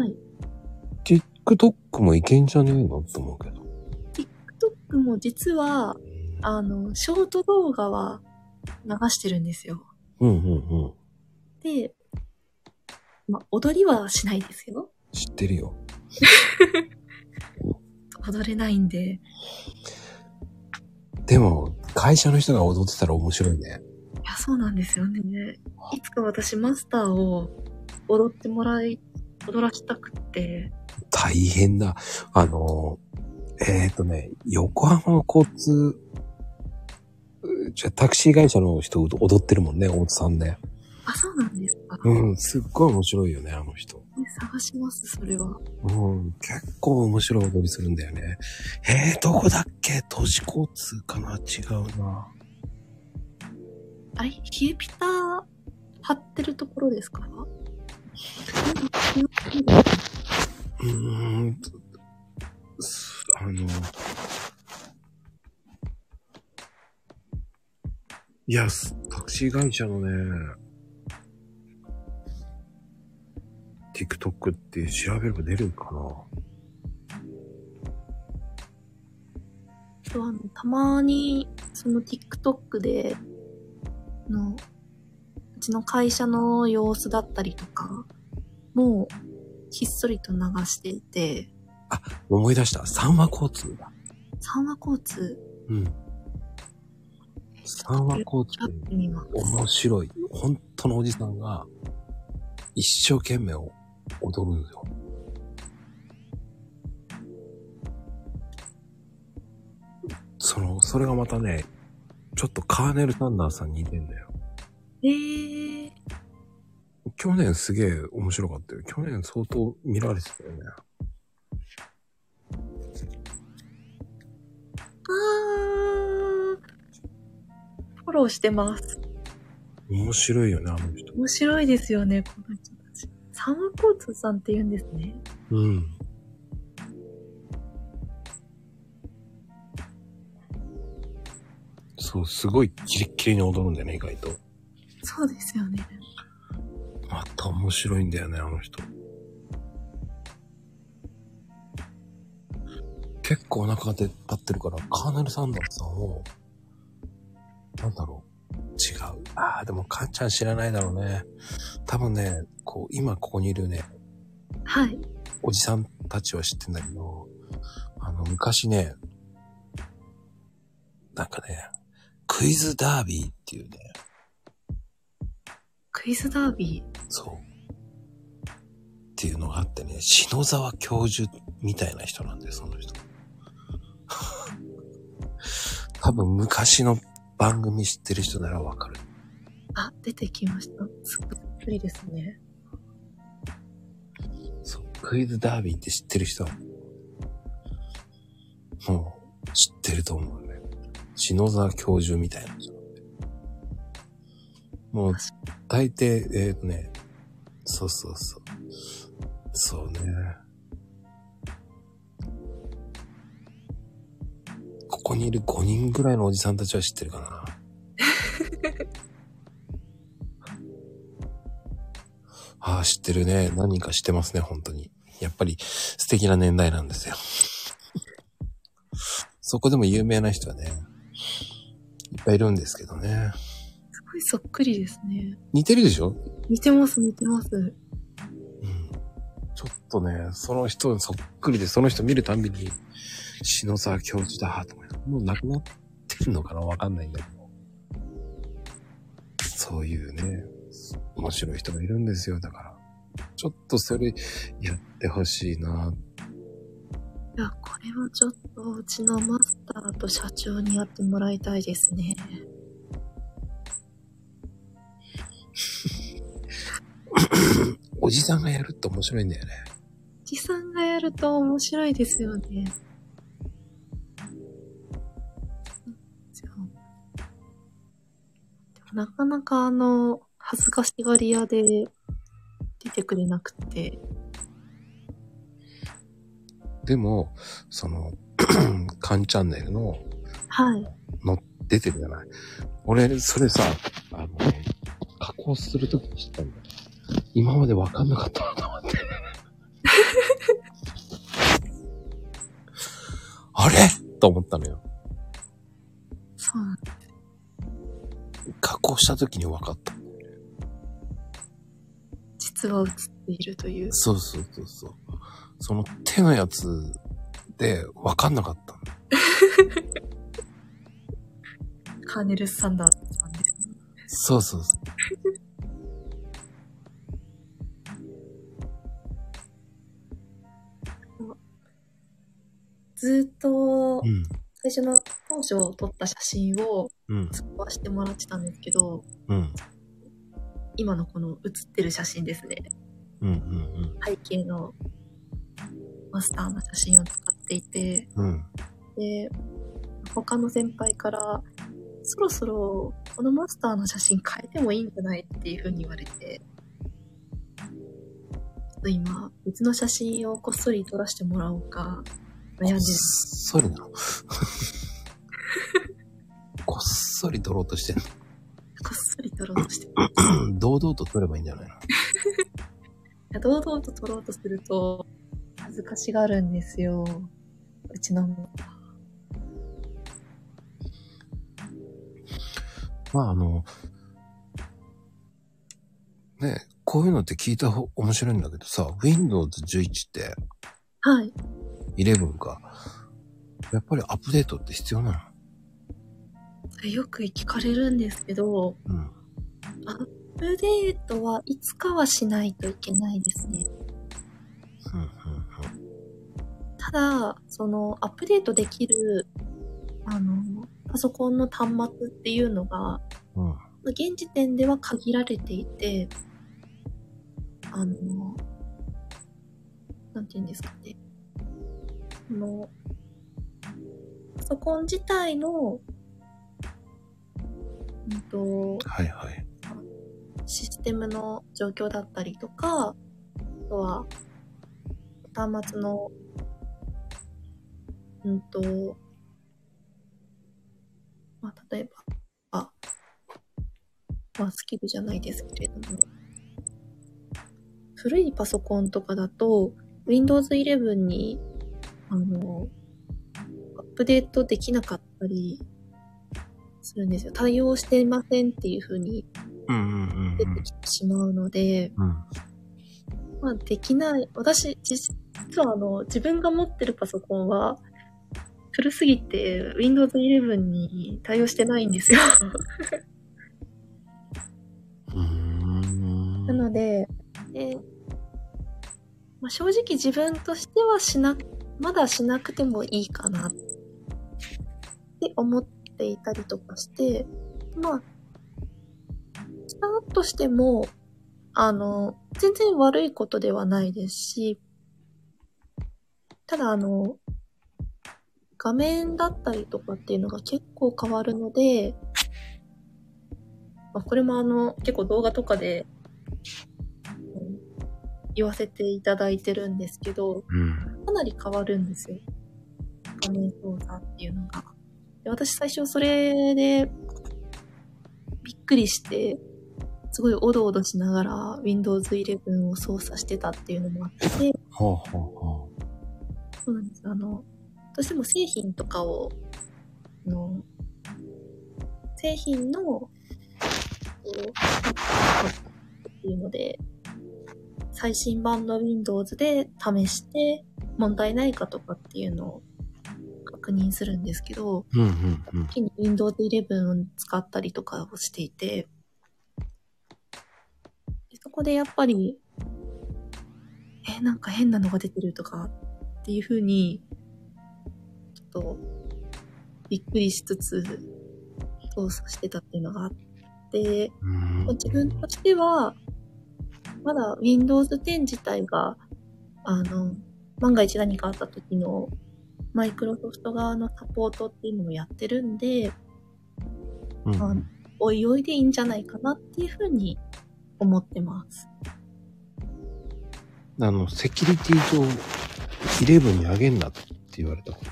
い。 TikTok もいけんじゃねえのって思うけど。 TikTok も実は、あの、ショート動画は流してるんですよ。うんうんうん。で、まあ踊りはしないですよ。知ってるよ。踊れないんで。でも、会社の人が踊ってたら面白いね。いや、そうなんですよね。いつか私マスターを踊ってもらい、踊らしたくって。大変だ。あの、えっ、ー、とね、横浜の交通、うじゃタクシー会社の人踊ってるもんね、大津さんね。あ、そうなんですか。うん、すっごい面白いよね、あの人。ね探します、それは。うん、結構面白い踊りするんだよね。えー、どこだっけ都市交通かな違うな。あれ冷えピタ貼ってるところですかうーん、すあの、いや、すタクシー会社のね、TikTok って調べれば出るかな。とあの、たまに、その TikTok で、あの、うちの会社の様子だったりとか、もう、ひっそりと流していて、思い出した。三和交通だ。三和交通、うん。三和交通やっ、てみます。面白い。本当のおじさんが、一生懸命踊るんですよ。その、それがまたね、ちょっとカーネル・サンダーさんに似てんだよ。えー、去年すげえ面白かったよ。去年相当見られてたよね。あー、フォローしてます。面白いよね、あの人。面白いですよね、この人たち。三和交通さんって言うんですね。うん。そう、すごいキレッキレに踊るんだよね、意外と。そうですよね。また面白いんだよね、あの人。結構お腹が出っ張ってるから、カーネル・サンダースさんを、なんだろう、違う。ああ、でも、かんちゃん知らないだろうね。多分ね、こう、今ここにいるね、はい。おじさんたちは知ってんだけど、あの、昔ね、なんかね、クイズダービーっていうね、クイズダービー。そう。っていうのがあってね、篠沢教授みたいな人なんです、その人。 <laughs> 多分昔の番組知ってる人ならわかる。あ、出てきました。すっくりですね。そう、クイズダービーって知ってる人はもう知ってると思うね。篠沢教授みたいな人なんで。もう大抵、えっ、とね、そうそうそう。そうね。ここにいる5人ぐらいのおじさんたちは知ってるかな。ああ、知ってるね。何人か知ってますね、本当に。やっぱり素敵な年代なんですよ。 <laughs> そこでも有名な人はね、いっぱいいるんですけどね。すごいそっくりですね。似てるでしょ似てます、似てます。うんちょっとね、その人にそっくりで、その人見るたんびに、篠沢教授だと思います。もう亡くなってんのかなわかんないんだけど。そういうね、面白い人がいるんですよ。だから、ちょっとそれやってほしいな。いや、これはちょっと、うちのマスターと社長にやってもらいたいですね。おじさんがやるって面白いんだよね。おじさんがやると面白いですよね。じゃあでもなかなかあの、恥ずかしがり屋で出てくれなくて。でも、その、 <clears throat> カンチャンネルのはい。出てるじゃない。俺、それさ、あの、加工するときに知ったんだよ。今までわかんなかったなと思って。 <laughs> あれと思ったのよ。そうなん加工したときに分かった。実は映っているという。そうそうそうそう。その手のやつで分かんなかったの。カーネル・サンダースさんですね。そうそうそう。ずーっとうん。最初の当初撮った写真をうん。使わせてもらってたんですけど、うん。今のこの写ってる写真ですね。うん。うん。背景のマスターの写真を使っていて、うん。うん。で、他の先輩から、そろそろこのマスターの写真変えてもいいんじゃないっていう風に言われて、ちょっと今、別の写真をこっそり撮らせてもらおうか、悩んでる。そりなの。こっそり取ろうとしてる。こっそり撮ろうとしてる。 <clears throat> 堂々と取ればいいんじゃないのいや堂々と撮ろうとすると、恥ずかしがるんですよ。うちの子が。まああの、ねえこういうのって聞いた方面白いんだけどさ、Windows 11ってはい。 11か、やっぱりアップデートって必要なよく聞かれるんですけど、のうん。アップデートはいつかはしないといけないですね。うん、うん、ただ、その、アップデートできる、あの、パソコンの端末っていうのが、うん。うん。現時点では限られていて、あの、なんて言うんですかね。この、パソコン自体の、うんと、はいはい。システムの状況だったりとか、あとは、端末の、うんと、まあ、例えば、あ、まあ、スキルじゃないですけれども、古いパソコンとかだと、Windows 11に、あの、アップデートできなかったりするんですよ。対応していませんっていう風にうんうんうん出てきてしまうので、うん。うん。まあ、できない。私、実はあの、自分が持ってるパソコンは、古すぎて Windows 11に対応してないんですよ。うーん。なので、でまあ、正直自分としてはしな、まだしなくてもいいかなって思っていたりとかして、まあ、したとしても、あの、全然悪いことではないですし、ただあの、画面だったりとかっていうのが結構変わるので、まあ、これもあの、結構動画とかで言わせていただいてるんですけど、うん。かなり変わるんですよ。画面操作っていうのが。で私最初それで、びっくりして、すごいおどおどしながら Windows 11を操作してたっていうのもあって、ほうほうほそうなんです。あの、どうしても製品とかを、あの、製品の、こう、っていうので、最新版の Windows で試して、問題ないかとかっていうのを確認するんですけど、う。うんうんうん。時に Windows 11を使ったりとかをしていて、でそこでやっぱり、え、なんか変なのが出てるとかっていう風に、ちょっと、びっくりしつつ、操作してたっていうのがあって、うん自分としては、まだ Windows 10自体が、あの、万が一何かあった時のマイクロソフト側のサポートっていうのをやってるんで、うんあのおいおいでいいんじゃないかなっていうふうに思ってます。あの、セキュリティ上、11にあげんなって言われたこと。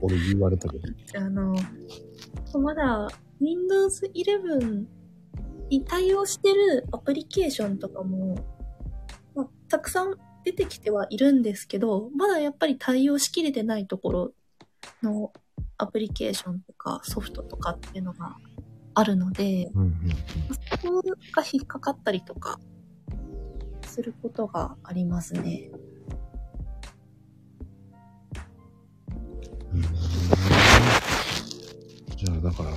俺言われたけど。あの、まだ Windows 11に対応してるアプリケーションとかも、まあ、たくさん出てきてはいるんですけど、まだやっぱり対応しきれてないところのアプリケーションとかソフトとかっていうのがあるので、うんうんそこが引っかかったりとかすることがありますね。うんじゃあ、だから、あ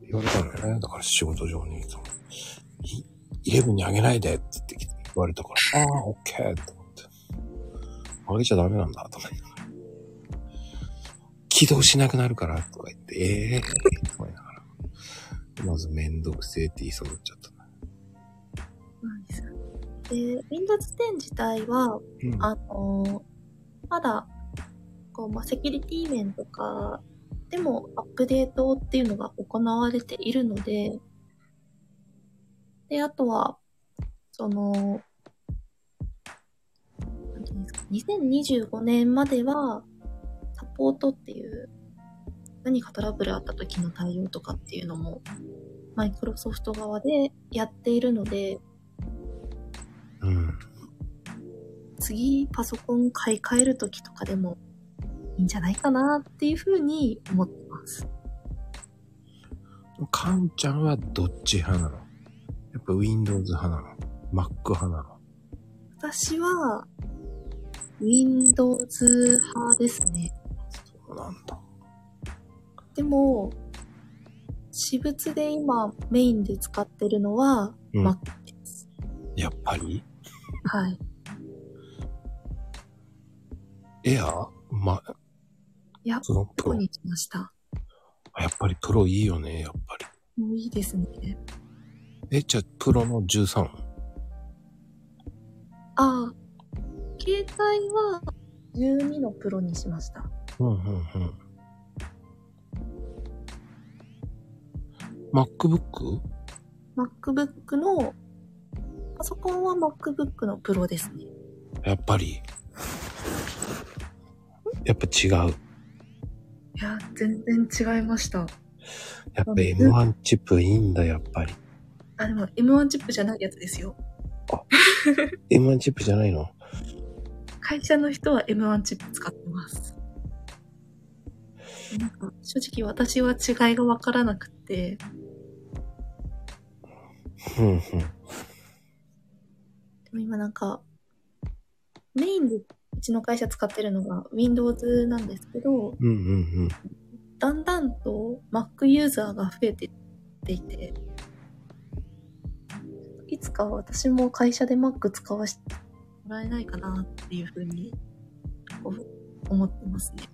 言われたのよね。だから仕事上に、その、い11にあげないでって言って言われたから、ああ、オッケーって思って。あげちゃダメなんだ、と思って。起動しなくなるから、とか言って、ええー、とか言いながら。まずめんどくせえって言いそうになっちゃったな。で、Windows 10自体は、うんあのーまだ、こう、まあ、セキュリティ面とかでもアップデートっていうのが行われているので、で、あとは、その、なんていうんですか、2025年までは、サポートっていう、何かトラブルあった時の対応とかっていうのも、マイクロソフト側でやっているので、うん。次パソコン買い替える時とかでもいいんじゃないかなっていうふうに思ってます。かんちゃんはどっち派なのやっぱ Windows 派なの ?Mac 派なの私は Windows 派ですね。そうなんだ。でも、私物で今メインで使ってるのはうん Mac です。やっぱりはい。エアま、いや、そのプここロ。に来ました。やっぱりプロいいよね、やっぱり。もういいですね。え、じゃあプロの 13? ああ、携帯は12のプロにしました。うんうんうん。MacBook? MacBook の、パソコンは MacBook のプロですね。やっぱり。やっぱ違う。いや、全然違いました。やっぱ M1 チップいいんだ、やっぱり。あ、でも M1 チップじゃないやつですよ。 M1 チップじゃないの会社の人は M1 チップ使ってます。なんか、正直私は違いがわからなくて、うんうん。でも今なんか、メインでうちの会社使ってるのが Windows なんですけど、うんうんうん。だんだんと Mac ユーザーが増えてっていて、いつか私も会社で Mac 使わせてもらえないかなっていうふうにこう思ってますね。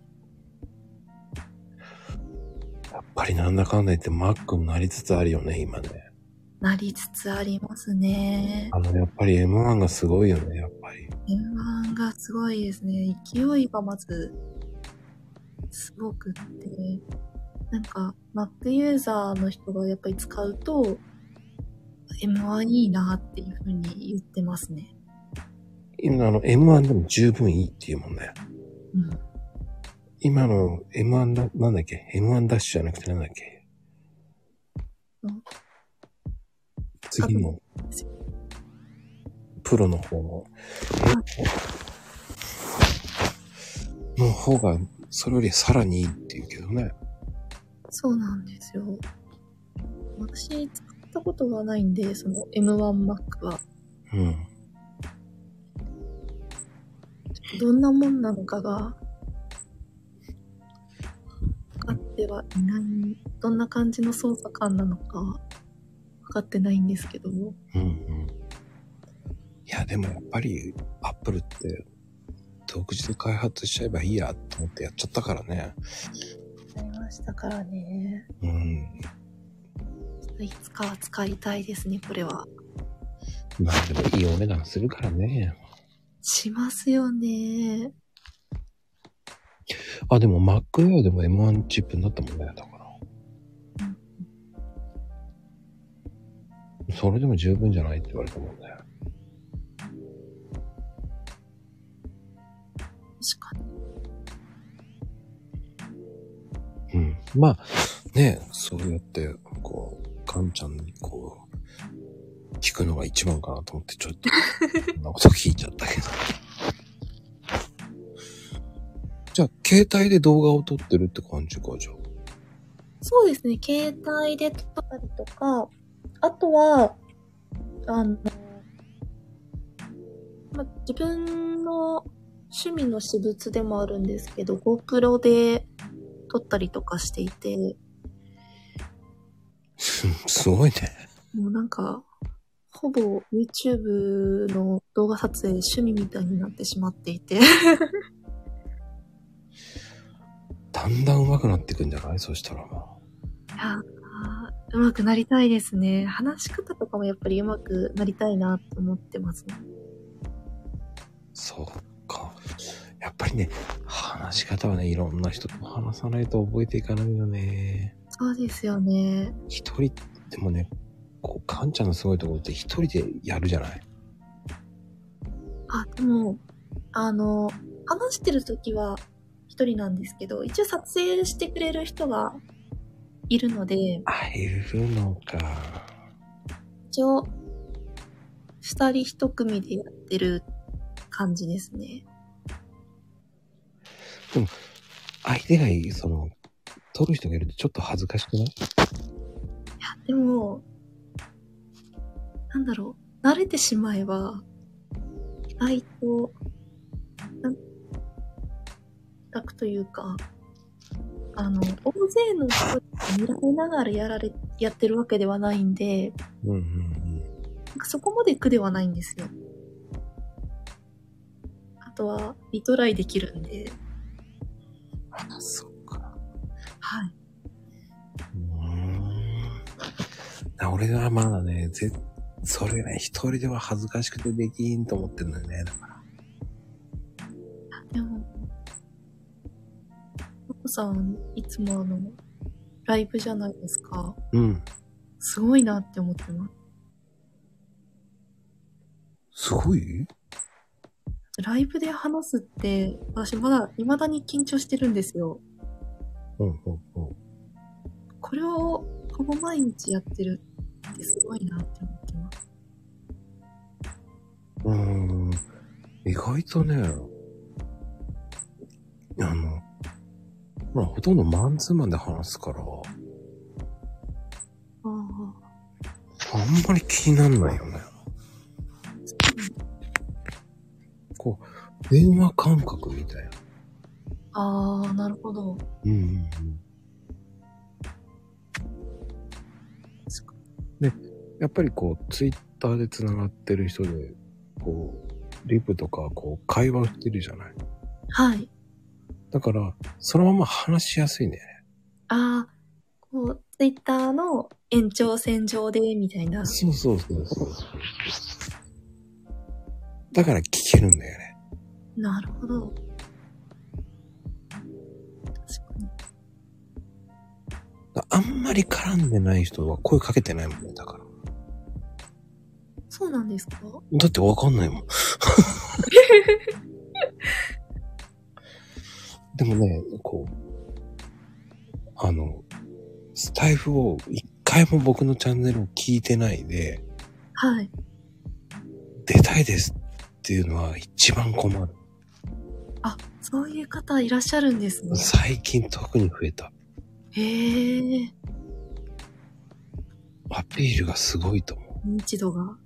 やっぱりなんだかんだ言って Mac になりつつあるよね、今ね。なりつつありますね。あの、やっぱり M1 がすごいよね、やっぱり。 M1 がすごいですね。勢いがまず、すごくって。なんか、Mac ユーザーの人がやっぱり使うと、M1 いいなっていうふうに言ってますね。今あの M1 でも十分いいっていうもんね。うん。今の M1 だ、なんだっけ ?M1 ダッシュじゃなくてなんだっけうん次の、プロの方の、の方が、それよりさらにいいっていうけどね。そうなんですよ。私、使ったことがないんで、その M1Mac は、うん。どんなもんなのかが、分かってはいない、どんな感じの操作感なのか、分かってないんですけども。うんうん。いや、でもやっぱり、アップルって、独自で開発しちゃえばいいやと思ってやっちゃったからね。ありましたからね。うん。いつかは使いたいですね、これは。まあでもいいお値段するからね。しますよね。あ、でも Mac Air でも M1 チップになったもんね、だから。それでも十分じゃないって言われたもんね。確かうに。ん。まあ、ねそうやって、こう、かんちゃんにこう、聞くのが一番かなと思って、ちょっと、そんなこと聞いちゃったけど。 <laughs> じゃあ、携帯で動画を撮ってるって感じか、じゃあ。そうですね、携帯で撮ったりとか、あとは、あの、ま、自分の趣味の私物でもあるんですけど、GoPro で撮ったりとかしていて、すごいね。もうなんか、ほぼ YouTube の動画撮影趣味みたいになってしまってい <laughs> て。だんだん上手くなっていくんじゃないそしたらもいやー、うまくなりたいですね。話し方とかもやっぱりうまくなりたいなと思ってますね。う。そうか。やっぱりね、話し方はね、いろんな人と話さないと覚えていかないよね。そうですよね。一人、でもね、こう、かんちゃんのすごいところって一人でやるじゃないあ、でも、あの、話してる時は一人なんですけど、一応撮影してくれる人がいるので、あ、いるのか。一応、二人一組でやってる感じですね。相手がいい、その、撮る人がいるとちょっと恥ずかしくないいや、でも、なんだろう、慣れてしまえば、意外と、なん楽というか、あの、大勢の人に見られながらやられ、やってるわけではないんで、うんうんうん。なんかそこまで苦ではないんですよ。あとは、リトライできるんで、あ、そっか。はい。うーん。俺はまだね、ぜ、それね、一人では恥ずかしくてできんと思ってんのよね。だからでも、マコさん、いつもあの、ライブじゃないですか。うん。すごいなって思ってます。すごいライブで話すって、私まだ、未だに緊張してるんですよ。うんうんうん。これを、ほぼ毎日やってるってすごいなって思ってます。うーん意外とね、あの、まあほとんどマンツーマンで話すから、あああ、んまり気になんないよね。こう、電話感覚みたいな。ああ、なるほど。うんうんうん。で、やっぱりこう、ツイッターで繋がってる人で、こう、リプとか、こう、会話をしてるじゃない。はい。だから、そのまま話しやすいんだよね。ああ、こう、ツイッターの延長線上で、みたいな。そうそうそうそう。だから聞けるんだよね。なるほど。確かに。あんまり絡んでない人は声かけてないもんね、だから。そうなんですかだってわかんないもん。でもね、こう、あの、スタイフを一回も僕のチャンネルを聞いてないで、はい。出たいですっていうのは一番困る。あ、そういう方いらっしゃるんですね。最近特に増えた。へえ、アピールがすごいと思う。認知度が。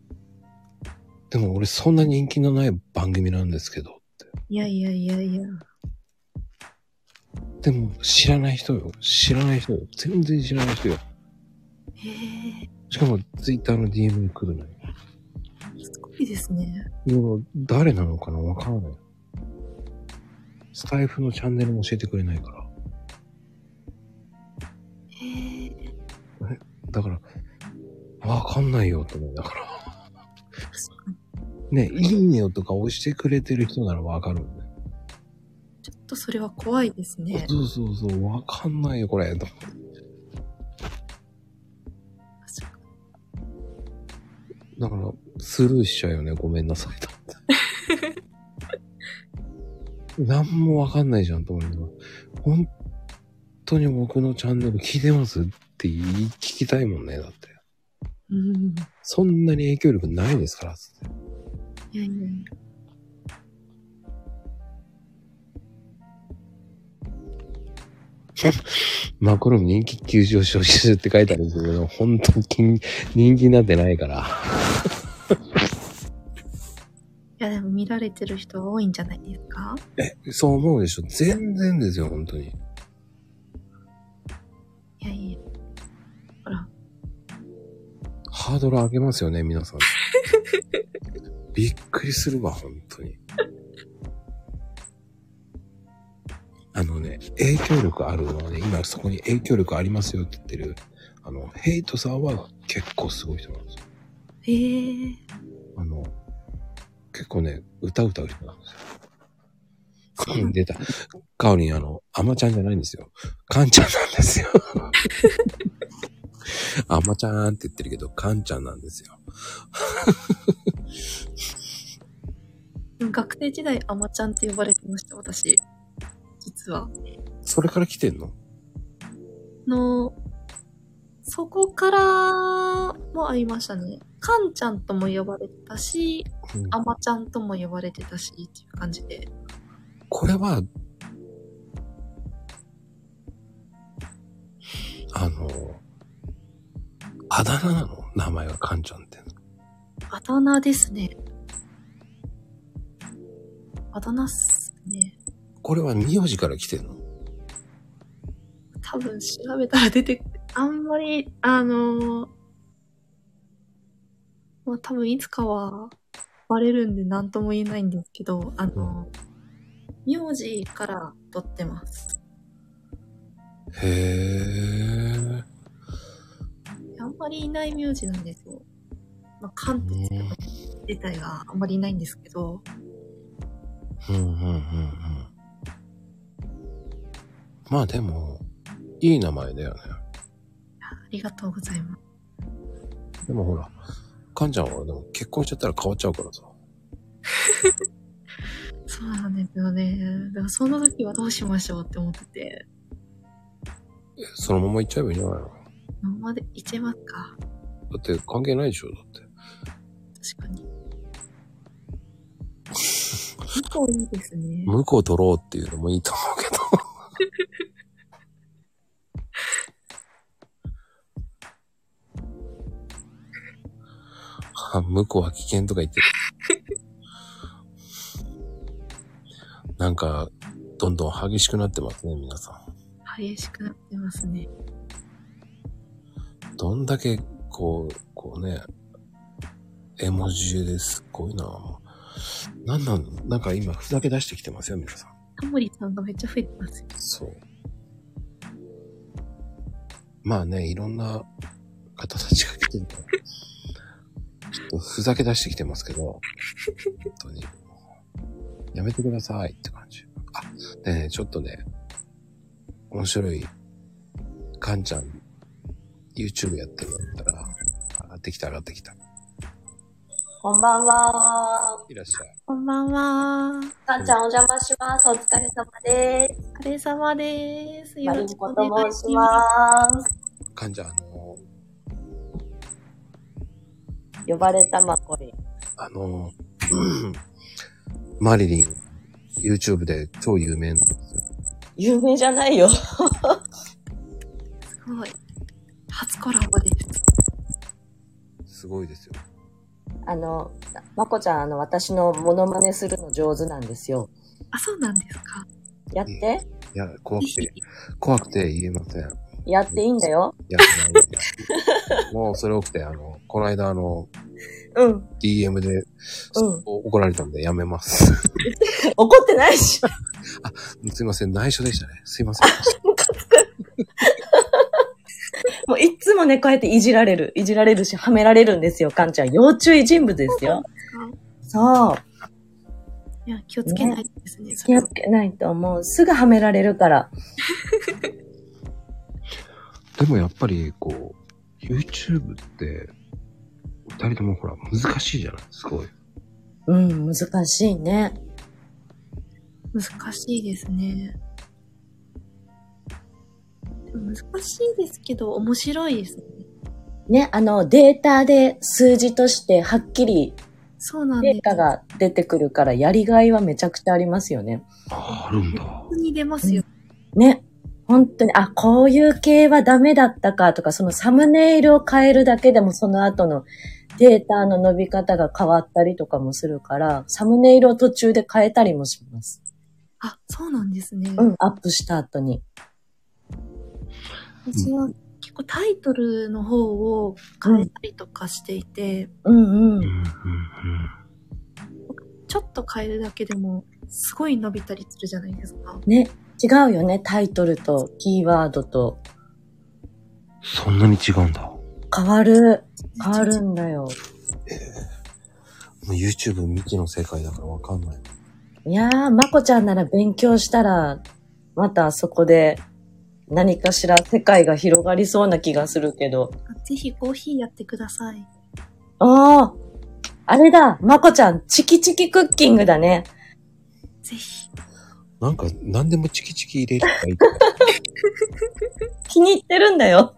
でも俺そんな人気のない番組なんですけどって。いやいやいやいや。でも知らない人よ。知らない人よ。全然知らない人よ。へえ、しかもツイッターの DM に来るのよ。すごいですね。もう誰なのかなわからない。スタイフのチャンネルも教えてくれないから。へえ、だから、わかんないよと思う。だから。確かに。ね、いいねをとか押してくれてる人ならわかるんだよ。ちょっとそれは怖いですね。そうそうそう、わかんないよ、これ。とだから、スルーしちゃうよね、ごめんな <laughs> さい、と思って。なんもわかんないじゃん、と思うの本当に僕のチャンネル聞いてますって言い聞きたいもんね、だって。うん。そんなに影響力ないですから、つって。いやいやいやマクロム人気急上昇中って書いてあるんですけど、本当に人人気になってないから。いやでも見られてる人は多いんじゃないですかそう思うでしょ全然ですよ、本当に。いやいや。ほら、ハードル上げますよね、皆 <laughs> さん。びっくりするわ、本当に。あのね、影響力あるのはね、今そこに影響力ありますよって言ってる、あの、ヘイトさんは結構すごい人なんですよ。えー、あの、結構ね、歌歌う人なんですよ。そううなんんだ出た。カオリン、あの、アマちゃんじゃないんですよ。カンちゃんなんです <laughs> よ。アマちゃんって言ってるけど、カンちゃんなんですよ。でも学生時代、アマちゃんって呼ばれてました、私。実は。それから来てんのの、そこからもありましたね。カンちゃんとも呼ばれてたし、うんアマちゃんとも呼ばれてたし、っていう感じで。これは、あの、あだ名なの名前はカンちゃんって。あだ名ですね。あだ名っすね。これは名字から来てんの多分調べたら出てくる。あんまり、あのーまあ多分いつかはバレるんで何とも言えないんですけど、あのー名字から取ってます。へえ。あんまりいない名字なんですよ。まあ、関東自体があんまりいないんですけど、うんうんうんうん。まあでも、いい名前だよね。ありがとうございます。でもほら、カンちゃんはでも結婚しちゃったら変わっちゃうからさ。そうなんですよね。だからその時はどうしましょうって思ってて、えそのまま行っちゃえばいいんじゃないのだそのままでいっちゃいますか。って関係ないでしょだって。確かに。結構いいですね。向こう取ろうっていうのもいいと思うけど。 <laughs> あ向こうは危険とか言ってる。なんか、どんどん激しくなってますね、皆さ激しくなってますね。ん。どんだけ、こう、こうね、絵文字ですっごいな。なんなん、なんか今、ふざけ出してきてますよ、皆さん。タモリさんがめっちゃ増えてますよ。そう。まあね、いろんな方たちが来てるから。ちょっとふざけ出してきてますけど、本当に。やめてくださいって感じ。あ、でね、ちょっとね、面白い、かんちゃん、YouTube やってるんだったら、上がってきた上がってきた。こんばんは。いらっしゃい。こんばんは。かんちゃんお邪魔します。お疲れ様です。お疲れ様です。マよリろンしくコおと願い申しします。ます。かんちゃん、あの、呼ばれたまこり。あの、うんマリリン、YouTube で超有名なんですよ。有名じゃないよ。 <laughs> すごい。初コラボです。すごいですよ。あの、まこちゃん、あの、私のモノマネするの上手なんですよ。あ、そうなんですか。やっていや、怖ぜくひて、怖くて言えません。いやっていいんだよ。や、なんか <laughs> もうそれ多くて、あの、この間、あの、うん。 DM で、うん怒られたんでやめます。 <laughs> 怒ってないし。すいません、内緒でしたね。すいません。もういっつもね、こうやっていじられる。いじられるし、はめられるんですよ。かんちゃん、要注意人物ですよ。そう。いや、気をつけないとですね。そ気れをはつけないともうすぐはめられるから。でもやっぱり、こう、YouTube って、二人ともほら、難しいじゃないすごい。うん、難しいね。難しいですね。でも難しいですけど、面白いですね。ね、あの、データで数字としてはっきりそうなんです。データが出てくるから、やりがいはめちゃくちゃありますよね。ああるんだ。本当に出ますよ。ね。本当に、あ、こういう系はダメだったかとか、そのサムネイルを変えるだけでもその後のデータの伸び方が変わったりとかもするから、サムネイルを途中で変えたりもします。あ、そうなんですね。うん、アップした後に。私は結構タイトルの方を変えたりとかしていて、うんううんん。うんちょっと変えるだけでも、すごい伸びたりするじゃないですか。ね。違うよね。タイトルとキーワードと。うん。そんなに違うんだ。も変わる。変わるんだよ。う YouTube 未知の世界だからわかんない。いやー、まこちゃんなら勉強したら、またそこで何かしら世界が広がりそうな気がするけど。ぜひコーヒーやってください。あああれだまこちゃん、チキチキクッキングだね。ぜひ。なんか、何でもチキチキ入れると <laughs> か気に入ってるんだよ。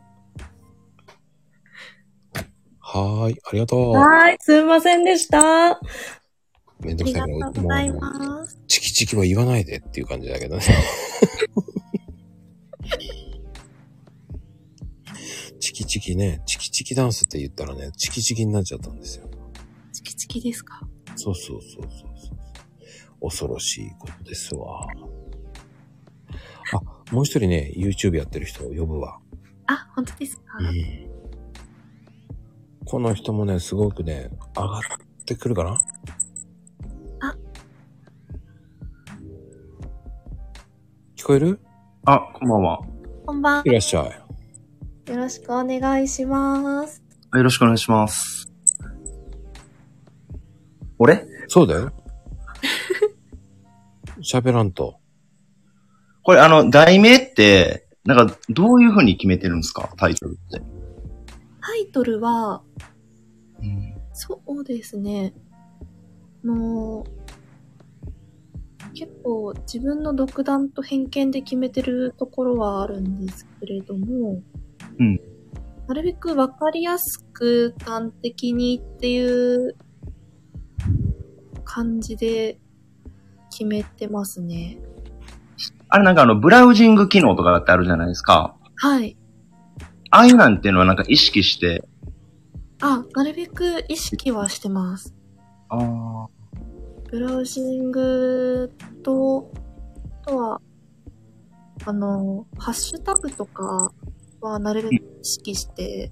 言って。はーい、ありがとはーい、すいませんでした。う。めんあどくりさがいけどとうございまもうす。チキチキは言わないでっていう感じだけど <laughs> ね。チキチキね、チキチキダンスって言ったらね、チキチキになっちゃったんですよ。チキチキですかそうそうそうそうそう。恐ろしいことですわ。あ、もう一人ね、YouTube やってる人を呼ぶわ。あ、本当ですか、うん。この人もね、すごくね、上がってくるかなあ。聞こえるあ、こんばんは。こんばんはい。らっしゃい。よろしくお願いします。あよろしくお願いします。俺そうだ <laughs> よ。喋らんと。これあの、題名って、なんか、どういう風に決めてるんですかタイトルって。タイトルは、そうですね。あの結構自分の独断と偏見で決めてるところはあるんですけれども、うんなるべくわかりやすく端的にっていう感じで決めてますね。あれなんかあの、ブラウジング機能とかってあるじゃないですか。はい。ああいうなんていうのはなんか意識して、あ、なるべく意識はしてます。ああ。ブラウジングと、あとは、あの、ハッシュタグとかはなるべく意識して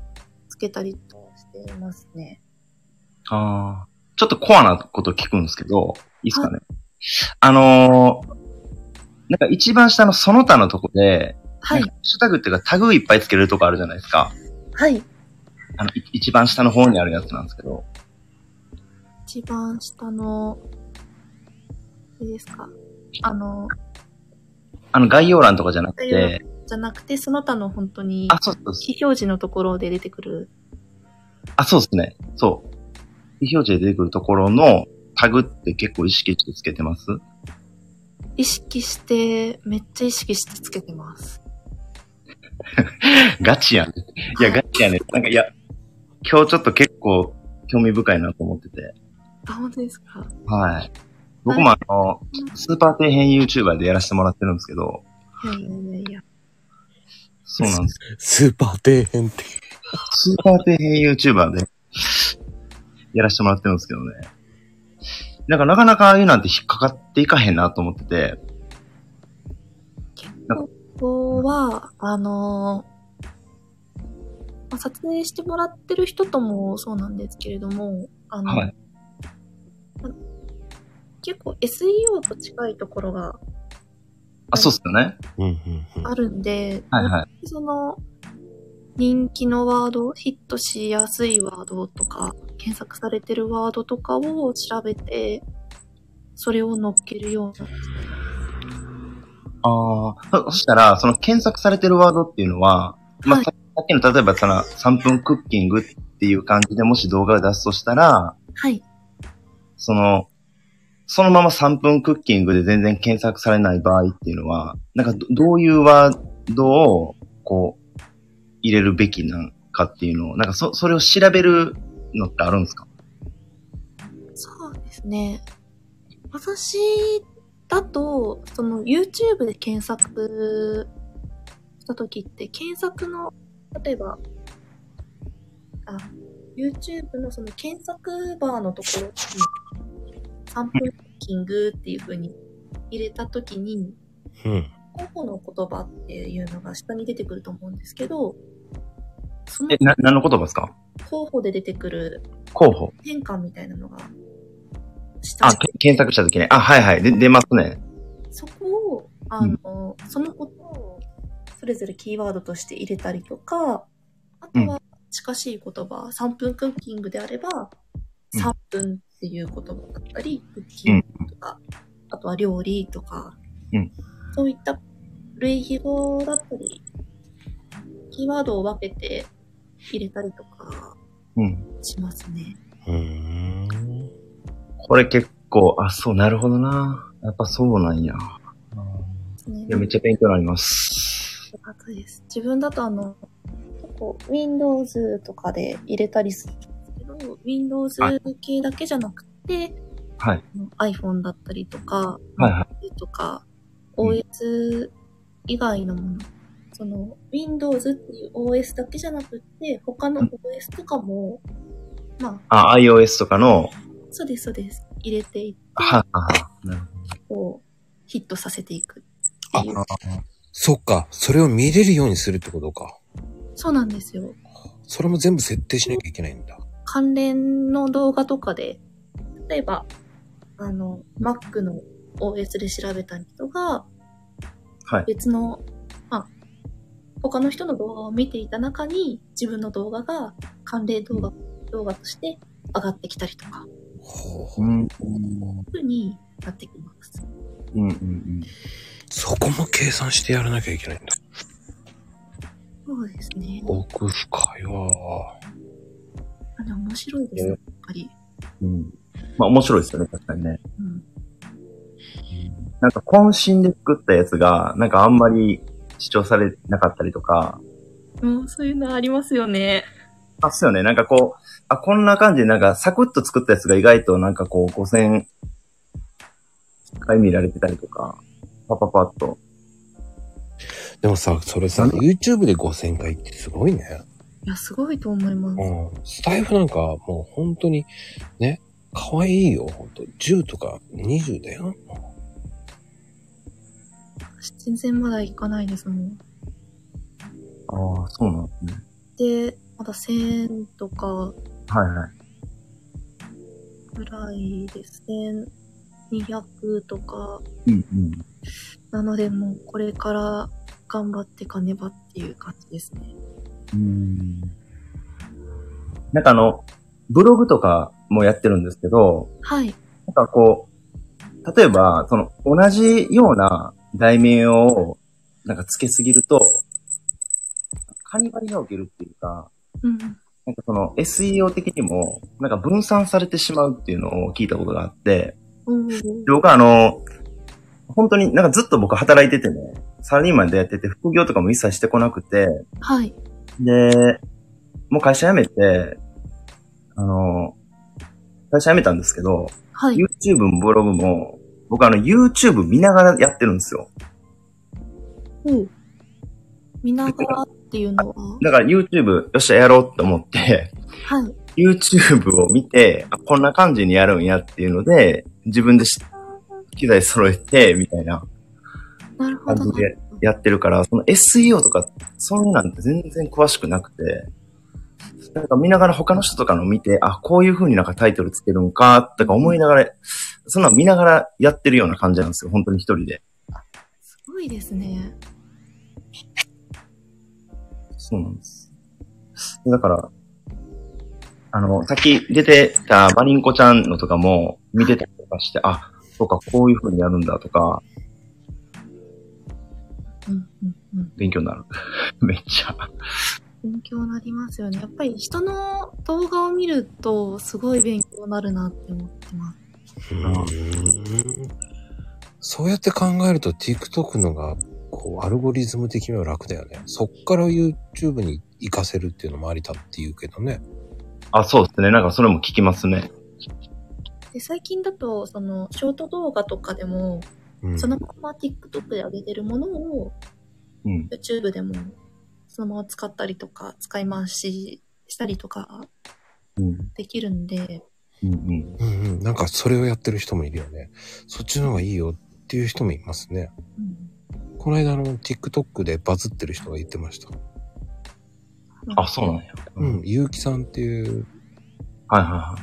つけたりとかしていますね。ああ。ちょっとコアなこと聞くんですけど、いいですかね。あのーなんか一番下のその他のとこで、はいなんか。ハッシュタグっていうかタグいっぱいつけれるとこあるじゃないですか。はい。あの、い一番下の方にあるやつなんですけど。一番下の、いいですか。あの、あの、概要欄とかじゃなく概要欄て、じゃなくて、その他の本当にあ、、そうそうそう。非表示のところで出てくる。あ、そうですね。そう。非表示で出てくるところのタグって結構意識してつけてます意識して、めっちゃ意識してつけてます。ガチ <laughs> やん。いや、はいガチやね。なんか、いや、今日ちょっと結構興味深いなと思ってて。あ、本当ですか。はい。僕もあの、スーパー底辺 YouTuber でやらせてもらってるんですけど、いやいやいやいや。そうなんです。スーパー底辺って。スーパー底辺 YouTuber でやらせてもらってるんですけどね。なんか、なかなかああいうなんて引っかかっていかへんなと思ってて、ここは、あのまあ撮影してもらってる人ともそうなんですけれども、あの、はい結構 SEO と近いところがあ、そうっすよね。うんうんうん。あるんで、はいはい。その人気のワード、ヒットしやすいワードとか、検索されてるワードとかを調べて、それを乗っけるような。ああ、そそしたら、その検索されてるワードっていうのは、まあ、はいささっきの例えばその3分クッキングっていう感じでもし動画を出すとしたら、はい。その、そのまま3分クッキングで全然検索されない場合っていうのは、なんかどどういうワードを、こう、入れるべきなんかっていうのを、なんかそ、それを調べるのってあるんですかそうですね。私だと、その YouTube で検索した時って、検索の、例えば、あ、YouTube のその検索バーのところに、3分クッキングっていう風に入れた時に、うん。候補の言葉っていうのが下に出てくると思うんですけど、そのえ、な、何の言葉ですか候補で出てくる候補。変換みたいなのが、下あ、け検索した時に、あ、はいはい、で、出ますね。そこを、あの、そのことを、それぞれキーワードとして入れたりとか、あとは近しい言葉、3分クッキングであれば、うん3分っていう言葉だったり、クッキングとか、あとは料理とか、うんそういった類比語だったり、キーワードを分けて入れたりとかうん。しますね。うーん。これ結構、あ、そう、なるほどな。やっぱそうなんや。いや、めっちゃ勉強になります。高いです。自分だとあの、結構 Windows とかで入れたりするんですけど、Windows は系だけじゃなくて、はいあの iPhone だったりとか、はいはとか、うん OS 以外のもの、その Windows っていう OS だけじゃなくて、他のうん OS とかも、まあ、あ、iOS とかの、そうです、そうです。入れていって、はははなるこう、ヒットさせていくっていう。そっか。それを見れるようにするってことか。そうなんですよ。それも全部設定しなきゃいけないんだ。関連の動画とかで、例えば、あの、Mac の OS で調べた人が、はい別の、まあ、他の人の動画を見ていた中に、自分の動画が関連動画、動画として上がってきたりとか、ほうほど。うん。うんふうになってきます。うんうん。そこも計算してやらなきゃいけないんだ。そうですね。奥深いわ。あでも面白いですね、やっぱり。うん。まあ面白いですよね、確かにね。うん。なんか渾身で作ったやつが、なんかあんまり主張されなかったりとか、もうそういうのありますよね。あっすよね。なんかこう、あ、こんな感じでなんかサクッと作ったやつが意外となんかこう5000回見られてたりとか、パパパッと。でもさ、それさ、YouTube で5000回ってすごいね。いや、すごいと思います。うん。スタイフなんかもう本当に、ね、可愛いよ、本当10とか20だよ。私全然まだ行かないですもん。ああ、そうなんですね。で、まだ1000とかはいはい。ぐらいです。1200とか。うんうん。なのでもうこれから頑張ってかねばっていう感じですね。なんかあの、ブログとかもやってるんですけど、はい。なんかこう、例えば、その、同じような題名を、なんかつけすぎると、カニバリが起きるっていうか、うん。なんかその SEO 的にも、なんか分散されてしまうっていうのを聞いたことがあって、うん。僕はあの、本当になんかずっと僕働いててね、サラリーマンでやってて副業とかも一切してこなくて、はい。で、もう会社辞めて、あの、会社辞めたんですけど、はい。 YouTube もブログも、僕あの YouTube 見ながらやってるんですよ。おう見ながらっていうのは、だから YouTube、よっしゃやろうって思って、 <laughs> はい。 YouTube を見て、あこんな感じにやるんやっていうので、自分でし機材揃えて、みたいななるほ感どじ。でやってるから、その SEO とか、そういうなんて全然詳しくなくて、なんか見ながら他の人とかの見て、あ、こういう風になんかタイトルつけるんか、とか思いながら、そんなん見ながらやってるような感じなんですよ、本当に一人で。すごいですね。そうなんです。だから、あの、さっき出てたマリンコちゃんのとかも見てたりとかして、あ、そうか、こういう風にやるんだとか、うんうんうん。勉強になる。 <laughs> めっちゃ。勉強になりますよね。やっぱり人の動画を見ると、すごい勉強になるなって思ってます。そうやって考えると TikTok のが、こう、アルゴリズム的には楽だよね。そっから YouTube に行かせるっていうのもありだって言うけどね。あ、そうですね。なんかそれも聞きますね。で、最近だと、その、ショート動画とかでも、うん。そのまま TikTok で上げてるものを、うん。 YouTube でも、そのまま使ったりとか、使い回ししたりとかうん。できるんで、うんうん。うんうん。なんかそれをやってる人もいるよね。そっちの方がいいよっていう人もいますね。この間の TikTok でバズってる人が言ってました。あ、そうなんや。うはいん。ゆうきさんっていう、はいはい。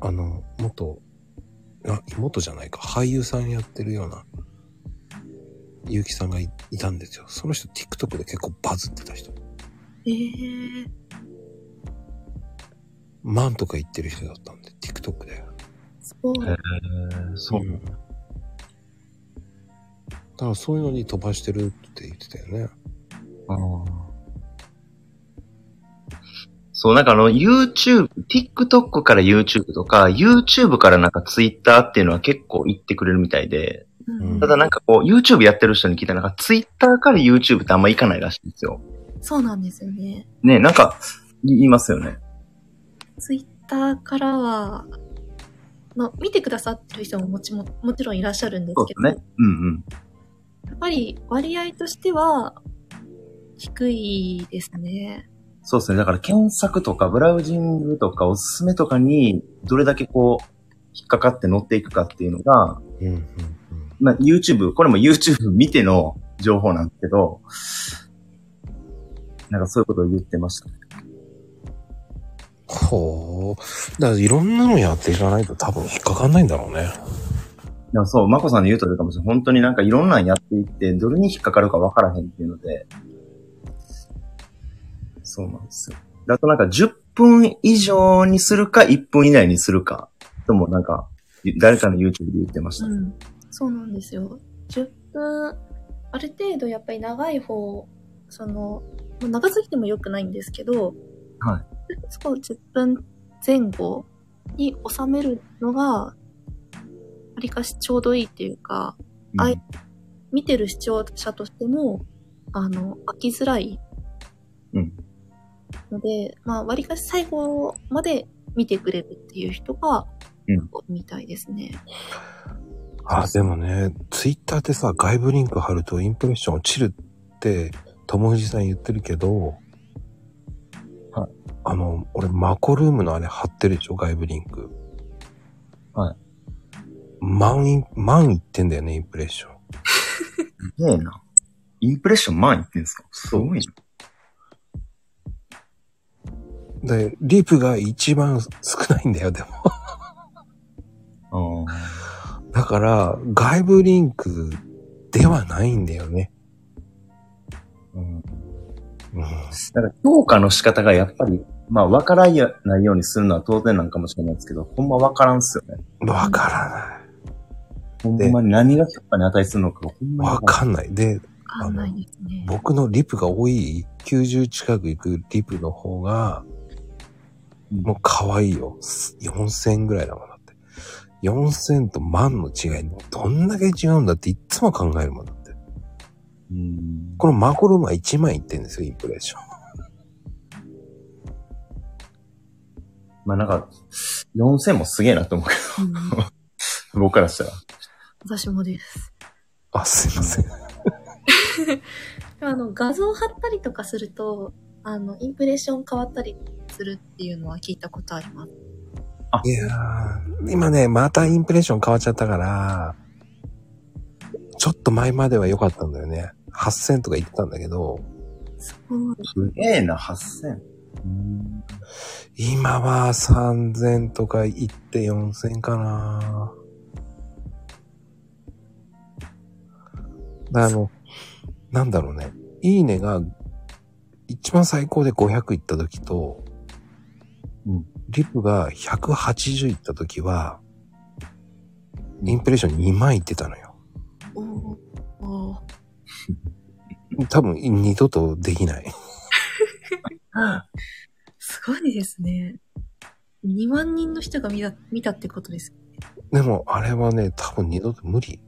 あの、元、あ、元じゃないか、俳優さんやってるような、ゆうきさんがいいたんですよ。その人 TikTok で結構バズってた人。えー、万とか言ってる人だったんで、TikTok で。すごい。えー、そう。んだからそういうのに飛ばしてるって言ってたよね。あーそう、なんかあの、YouTube、TikTok から YouTube とか、YouTube からなんか Twitter っていうのは結構言ってくれるみたいで、うんただなんかこう、YouTube やってる人に聞いたらなんか Twitter から YouTube ってあんま行かないらしいんですよ。そうなんですよね。ね、なんか、い言いますよね。 Twitter からは、の見てくださってる人ももちももちろんいらっしゃるんですそうけど、ですね。うんやっぱり割合としては低いですね。うん。そうですね。だから検索とかブラウジングとかおすすめとかに、どれだけこう、引っかかって乗っていくかっていうのが、うんうんまあ、YouTube、これも YouTube 見ての情報なんですけど、なんかそういうことを言ってました。ほう。だからいろんなのやっていかないと多分引っかかんないんだろうね。いやそう、まこさんの言うとりかもしれない。本当になんかいろんなんやっていって、どれに引っかかるかわからへんっていうので、そうなんですよ。だとなんか10分以上にするか、1分以内にするか、ともなんか、誰かの YouTube で言ってました。うん。そうなんですよ。10分、ある程度やっぱり長い方、その、もう長すぎても良くないんですけど、。はいそう、10分前後に収めるのが、わりかしちょうどいいっていうか、はういん見てる視聴者としても、あの、飽きづらいうん。ので、まあ、割かし最後まで見てくれるっていう人が、うん多いみたいですね。あ、でもね、ツイッターってさ、外部リンク貼るとインプレッション落ちるって、友藤さん言ってるけど、はいあの、俺、マコルームのあれ貼ってるでしょ、外部リンク。はい。万イン、万いってんだよね、インプレッション。ねえな。インプレッション前に言ってんですかすごいな。で、リプが一番少ないんだよ、でも。あーだから、外部リンクではないんだよね。うんうん。なんか評価の仕方がやっぱり、まあ分からないようにするのは当然なんかもしれないですけど、ほんま分からんっすよね。わからほんまに何が評価に値するのか、ほんない。まわに分かかんない。で、わかんないですね。僕のリプが多い90近く行くリプの方が、んないもう可愛いよ。4000ぐらいだもんだって。4000と万の違い、どんだけ違うんだっていっつも考えるもんだって。うんこのマコルームは1万いってんですよ、インプレッション。まあなんか、4000もすげえなと思うけうんど、 <laughs> 僕からしたら。私もです。あ、すいません。でもあの、画像貼ったりとかすると、あの、インプレッション変わったりするっていうのは聞いたことあります。いやー、今ね、またインプレッション変わっちゃったから、ちょっと前までは良かったんだよね。8000とか言ってたんだけど、すごい。すげえな、8000。うん今は3000とか行って4000かな。だからあの、なんだろうね。いいねが、一番最高で500行った時と、うんリプが180いった時は、インプレッション2枚いってたのよ。おーおー多分二度とできない。すごいですね。2万人の人が見た見たってことです。でもあれはね、多分二度と無理。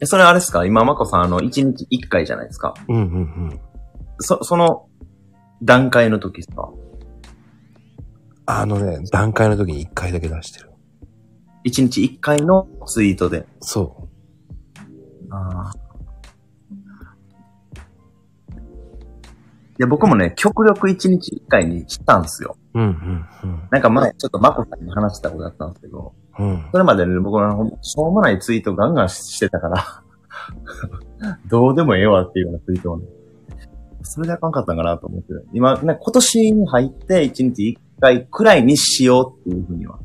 え、それあれですか今、まこさん、あの、1日1回じゃないですか。うんうんうん。そ、その、段階の時ですかあのね、段階の時に1回だけ出してる。 ?1 日1回のツイートで。そああ。いや、僕もね、極力1日1回にしたんですよ。う。うんうんなんか前、ちょっとまこさんに話したことあったんですけど、うん。うん。それまでね僕はあのしょうもないツイートガンガンしてたから、 <laughs> どうでもええわっていうようなツイートをね。それであかんかったんかなと思ってる。今、ね、今年に入って1日1回くらいにしようっていうふうには。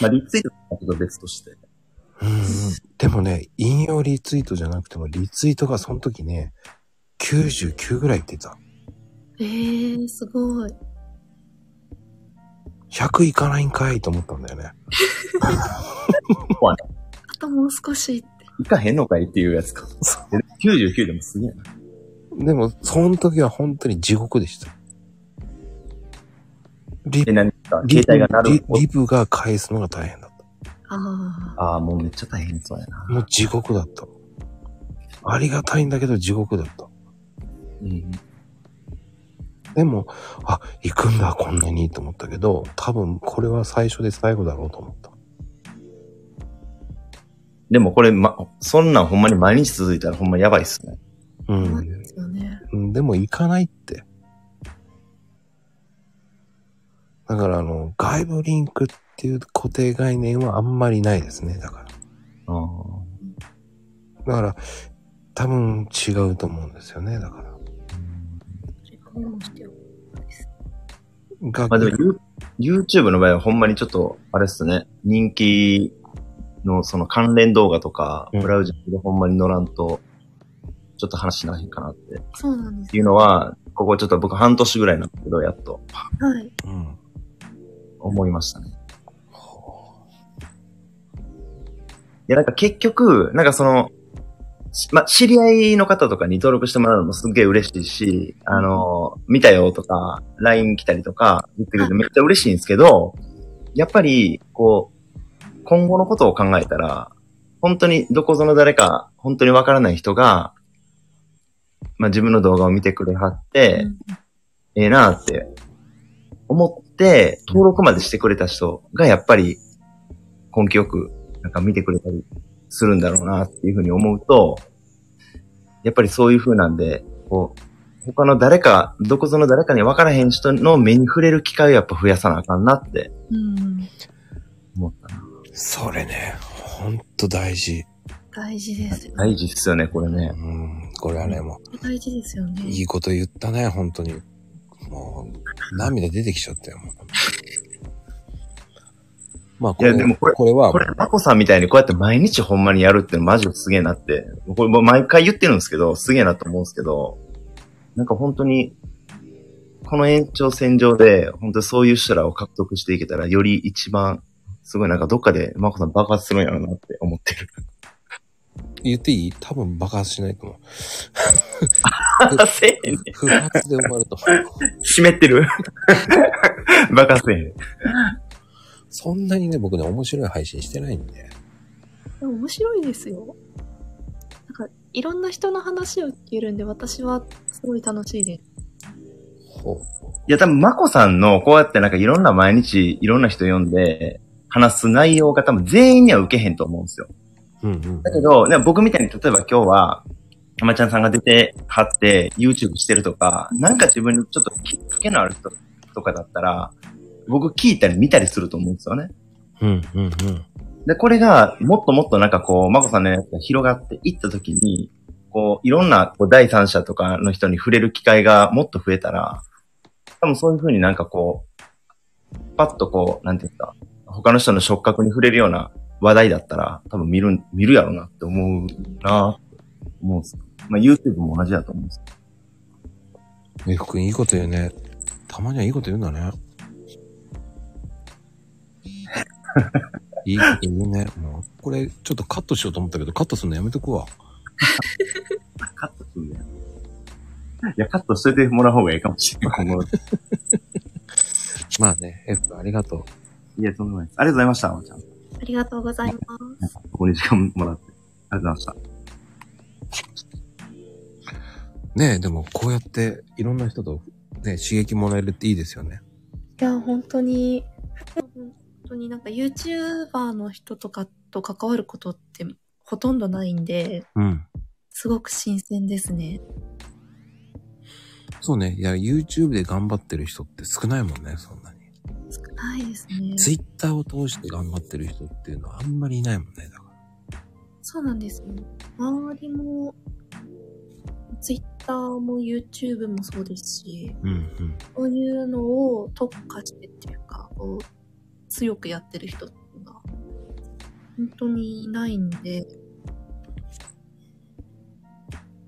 まあ、リツイートはちょっと別として。うんうん、でもね、引用リツイートじゃなくても、リツイートがその時ね、99ぐらい出た。えー、すごい。 100いかないんかいと思ったんだよね。あともう少しって。いかへんのかいっていうやつか。99でもすげえな。でも、その時は本当に地獄でした。リえ、何ですかリ携帯が鳴リる。リブが返すのが大変だった。あああ、もうめっちゃ大変そうやな。もう地獄だった。ありがたいんだけど地獄だった。うん。でも、あ、行くんだ、こんなにと思ったけど、多分これは最初で最後だろうと思った。でもこれ、ま、そんなんほんまに毎日続いたらほんまやばいっすね。うあ、そうんなん。ですよね。うんでも行かないって。だから、あの、外部リンクっていう固定概念はあんまりないですね。だから。ああ。だから、多分違うと思うんですよね。だから。それがメモしておくです。がまあでも、You- YouTube の場合はほんまにちょっと、あれっすね、人気のその関連動画とか、うんブラウジャーでほんまに乗らんと、ちょっと話しなへんかなって。そうなんですいうのは、ここちょっと僕半年ぐらいなんですけど、やっとよ。はい。うん。思いましたね。いや、なんか結局、なんかその、しまあ、知り合いの方とかに登録してもらうのもすっげえ嬉しいし、あの、見たよとか、LINE 来たりとか言ってくれてめっちゃ嬉しいんですけど、やっぱり、こう、今後のことを考えたら、本当にどこぞの誰か、本当にわからない人が、まあ、自分の動画を見てくれはって、うんええなーって思って、登録までしてくれた人がやっぱり根気よくなんか見てくれたりするんだろうなっていうふうに思うと、やっぱりそういう風なんで、こう、他の誰か、どこぞの誰かに分からへん人の目に触れる機会をやっぱ増やさなあかんなってうん。思ったな。それね、ほんと大事。大事ですよ。大事っすよね、これね。うん。これはね、も大事ですよねう、。いいこと言ったね、本当に。もう、涙出てきちゃったよ、もう。まあ、これいやでもこれこれはこ、れ、マコさんみたいにこうやって毎日ほんまにやるってマジですげえなって、これもう毎回言ってるんですけど、すげえなと思うんですけど、なんか本当に、この延長線上で、本当にそういう人らを獲得していけたら、より一番、すごいなんかどっかでマコさん爆発するんやろうなって思ってる。言っていい多分爆発しないと思う。せえへんね <laughs> 不発で終わると思う。湿ってる <laughs> 爆発せえへん。そんなにね、僕ね、面白い配信してないんで。でも面白いですよ。なんか、いろんな人の話を聞けるんで、私はすごい楽しいです。ほいや、多分、まこさんの、こうやってなんかいろんな毎日、いろんな人読んで、話す内容が多分全員には受けへんと思うんですよ。う。うんうんだけど、ね、僕みたいに例えば今日は、たまちゃんさんが出てはって、YouTube してるとか、なんか自分にちょっときっかけのある人とかだったら、僕聞いたり見たりすると思うんですよね。うんうんうん。で、これが、もっともっとなんかこう、まこさんのやつが広がっていった時に、こう、いろんなこう第三者とかの人に触れる機会がもっと増えたら、多分そういう風になんかこう、パッとこう、なんていうんですか、他の人の触覚に触れるような話題だったら、多分見る、見るやろうなって思うなぁ、思うんですよまあ YouTube も同じだと思うんです <laughs> よえ、福君いいこと言うね。たまにはいいこと言うんだね。いいこと言うね。もうこれ、ちょっとカットしようと思ったけど、カットするのやめとくわ。カットするやん。いや、カットしといてもらう方がいいかもしれ <laughs> ない。今後まあね、F 君ありがとう。いや、とんでもないです。ありがとうございました、あまちゃん。ありがとうございます。ここに時間もらって。ありがとうございました。ねえ、でもこうやっていろんな人とね、刺激もらえるっていいですよね。いや、本当に、本当になんか YouTuber の人とかと関わることってほとんどないんで、うん。すごく新鮮ですね。そうね。いや、YouTube で頑張ってる人って少ないもんね、そんなに。少ないですね。 Twitter を通して頑張ってる人っていうのはあんまりいないもんね、だから。そうなんですよ、ね。周りも、Twitter も YouTube もそうですし、うんうん。そういうのを特化してっていうか、こう、強くやってる人っていうのが、本当にいないんで、い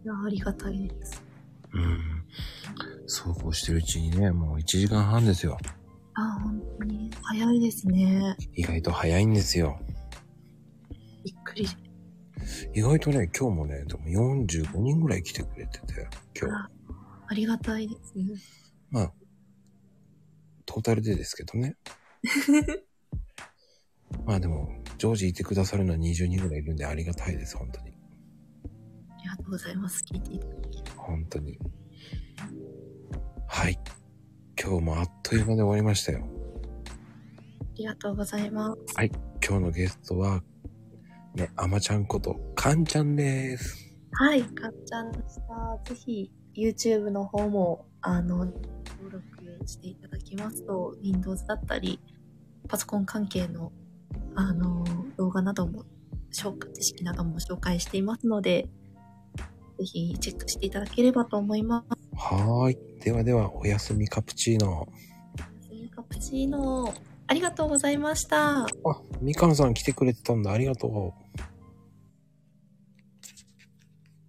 や、ありがたいです。うん。そうこうしてるうちにね、もう1時間半ですよ。あ、本当に早いですね。意外と早いんですよ。びっくり。意外とね、今日もね、でも45人ぐらい来てくれてて、今日。ありがたいです。まあ、トータルでですけど <laughs> ね。まあでも、常時いてくださるのは20人ぐらいいるんでありがたいです、本当に。ありがとうございます。聞いていただき。本当に。はい。今日もあっという間で終わりましたよ。ありがとうございます。今日のゲストは、ね、あまちゃんこと、かんちゃんです。はい、かっちゃんでした。ぜひ、YouTube の方も、あの、登録していただきますと、Windows だったり、パソコン関係の、あの、動画なども、紹介、知識なども紹介していますので、ぜひチェックしていただければと思います。はーい。ではでは、おやすみカプチーノ。カプチーノ、ありがとうございました。あ、みかんさん来てくれてたんだ。ありがとう。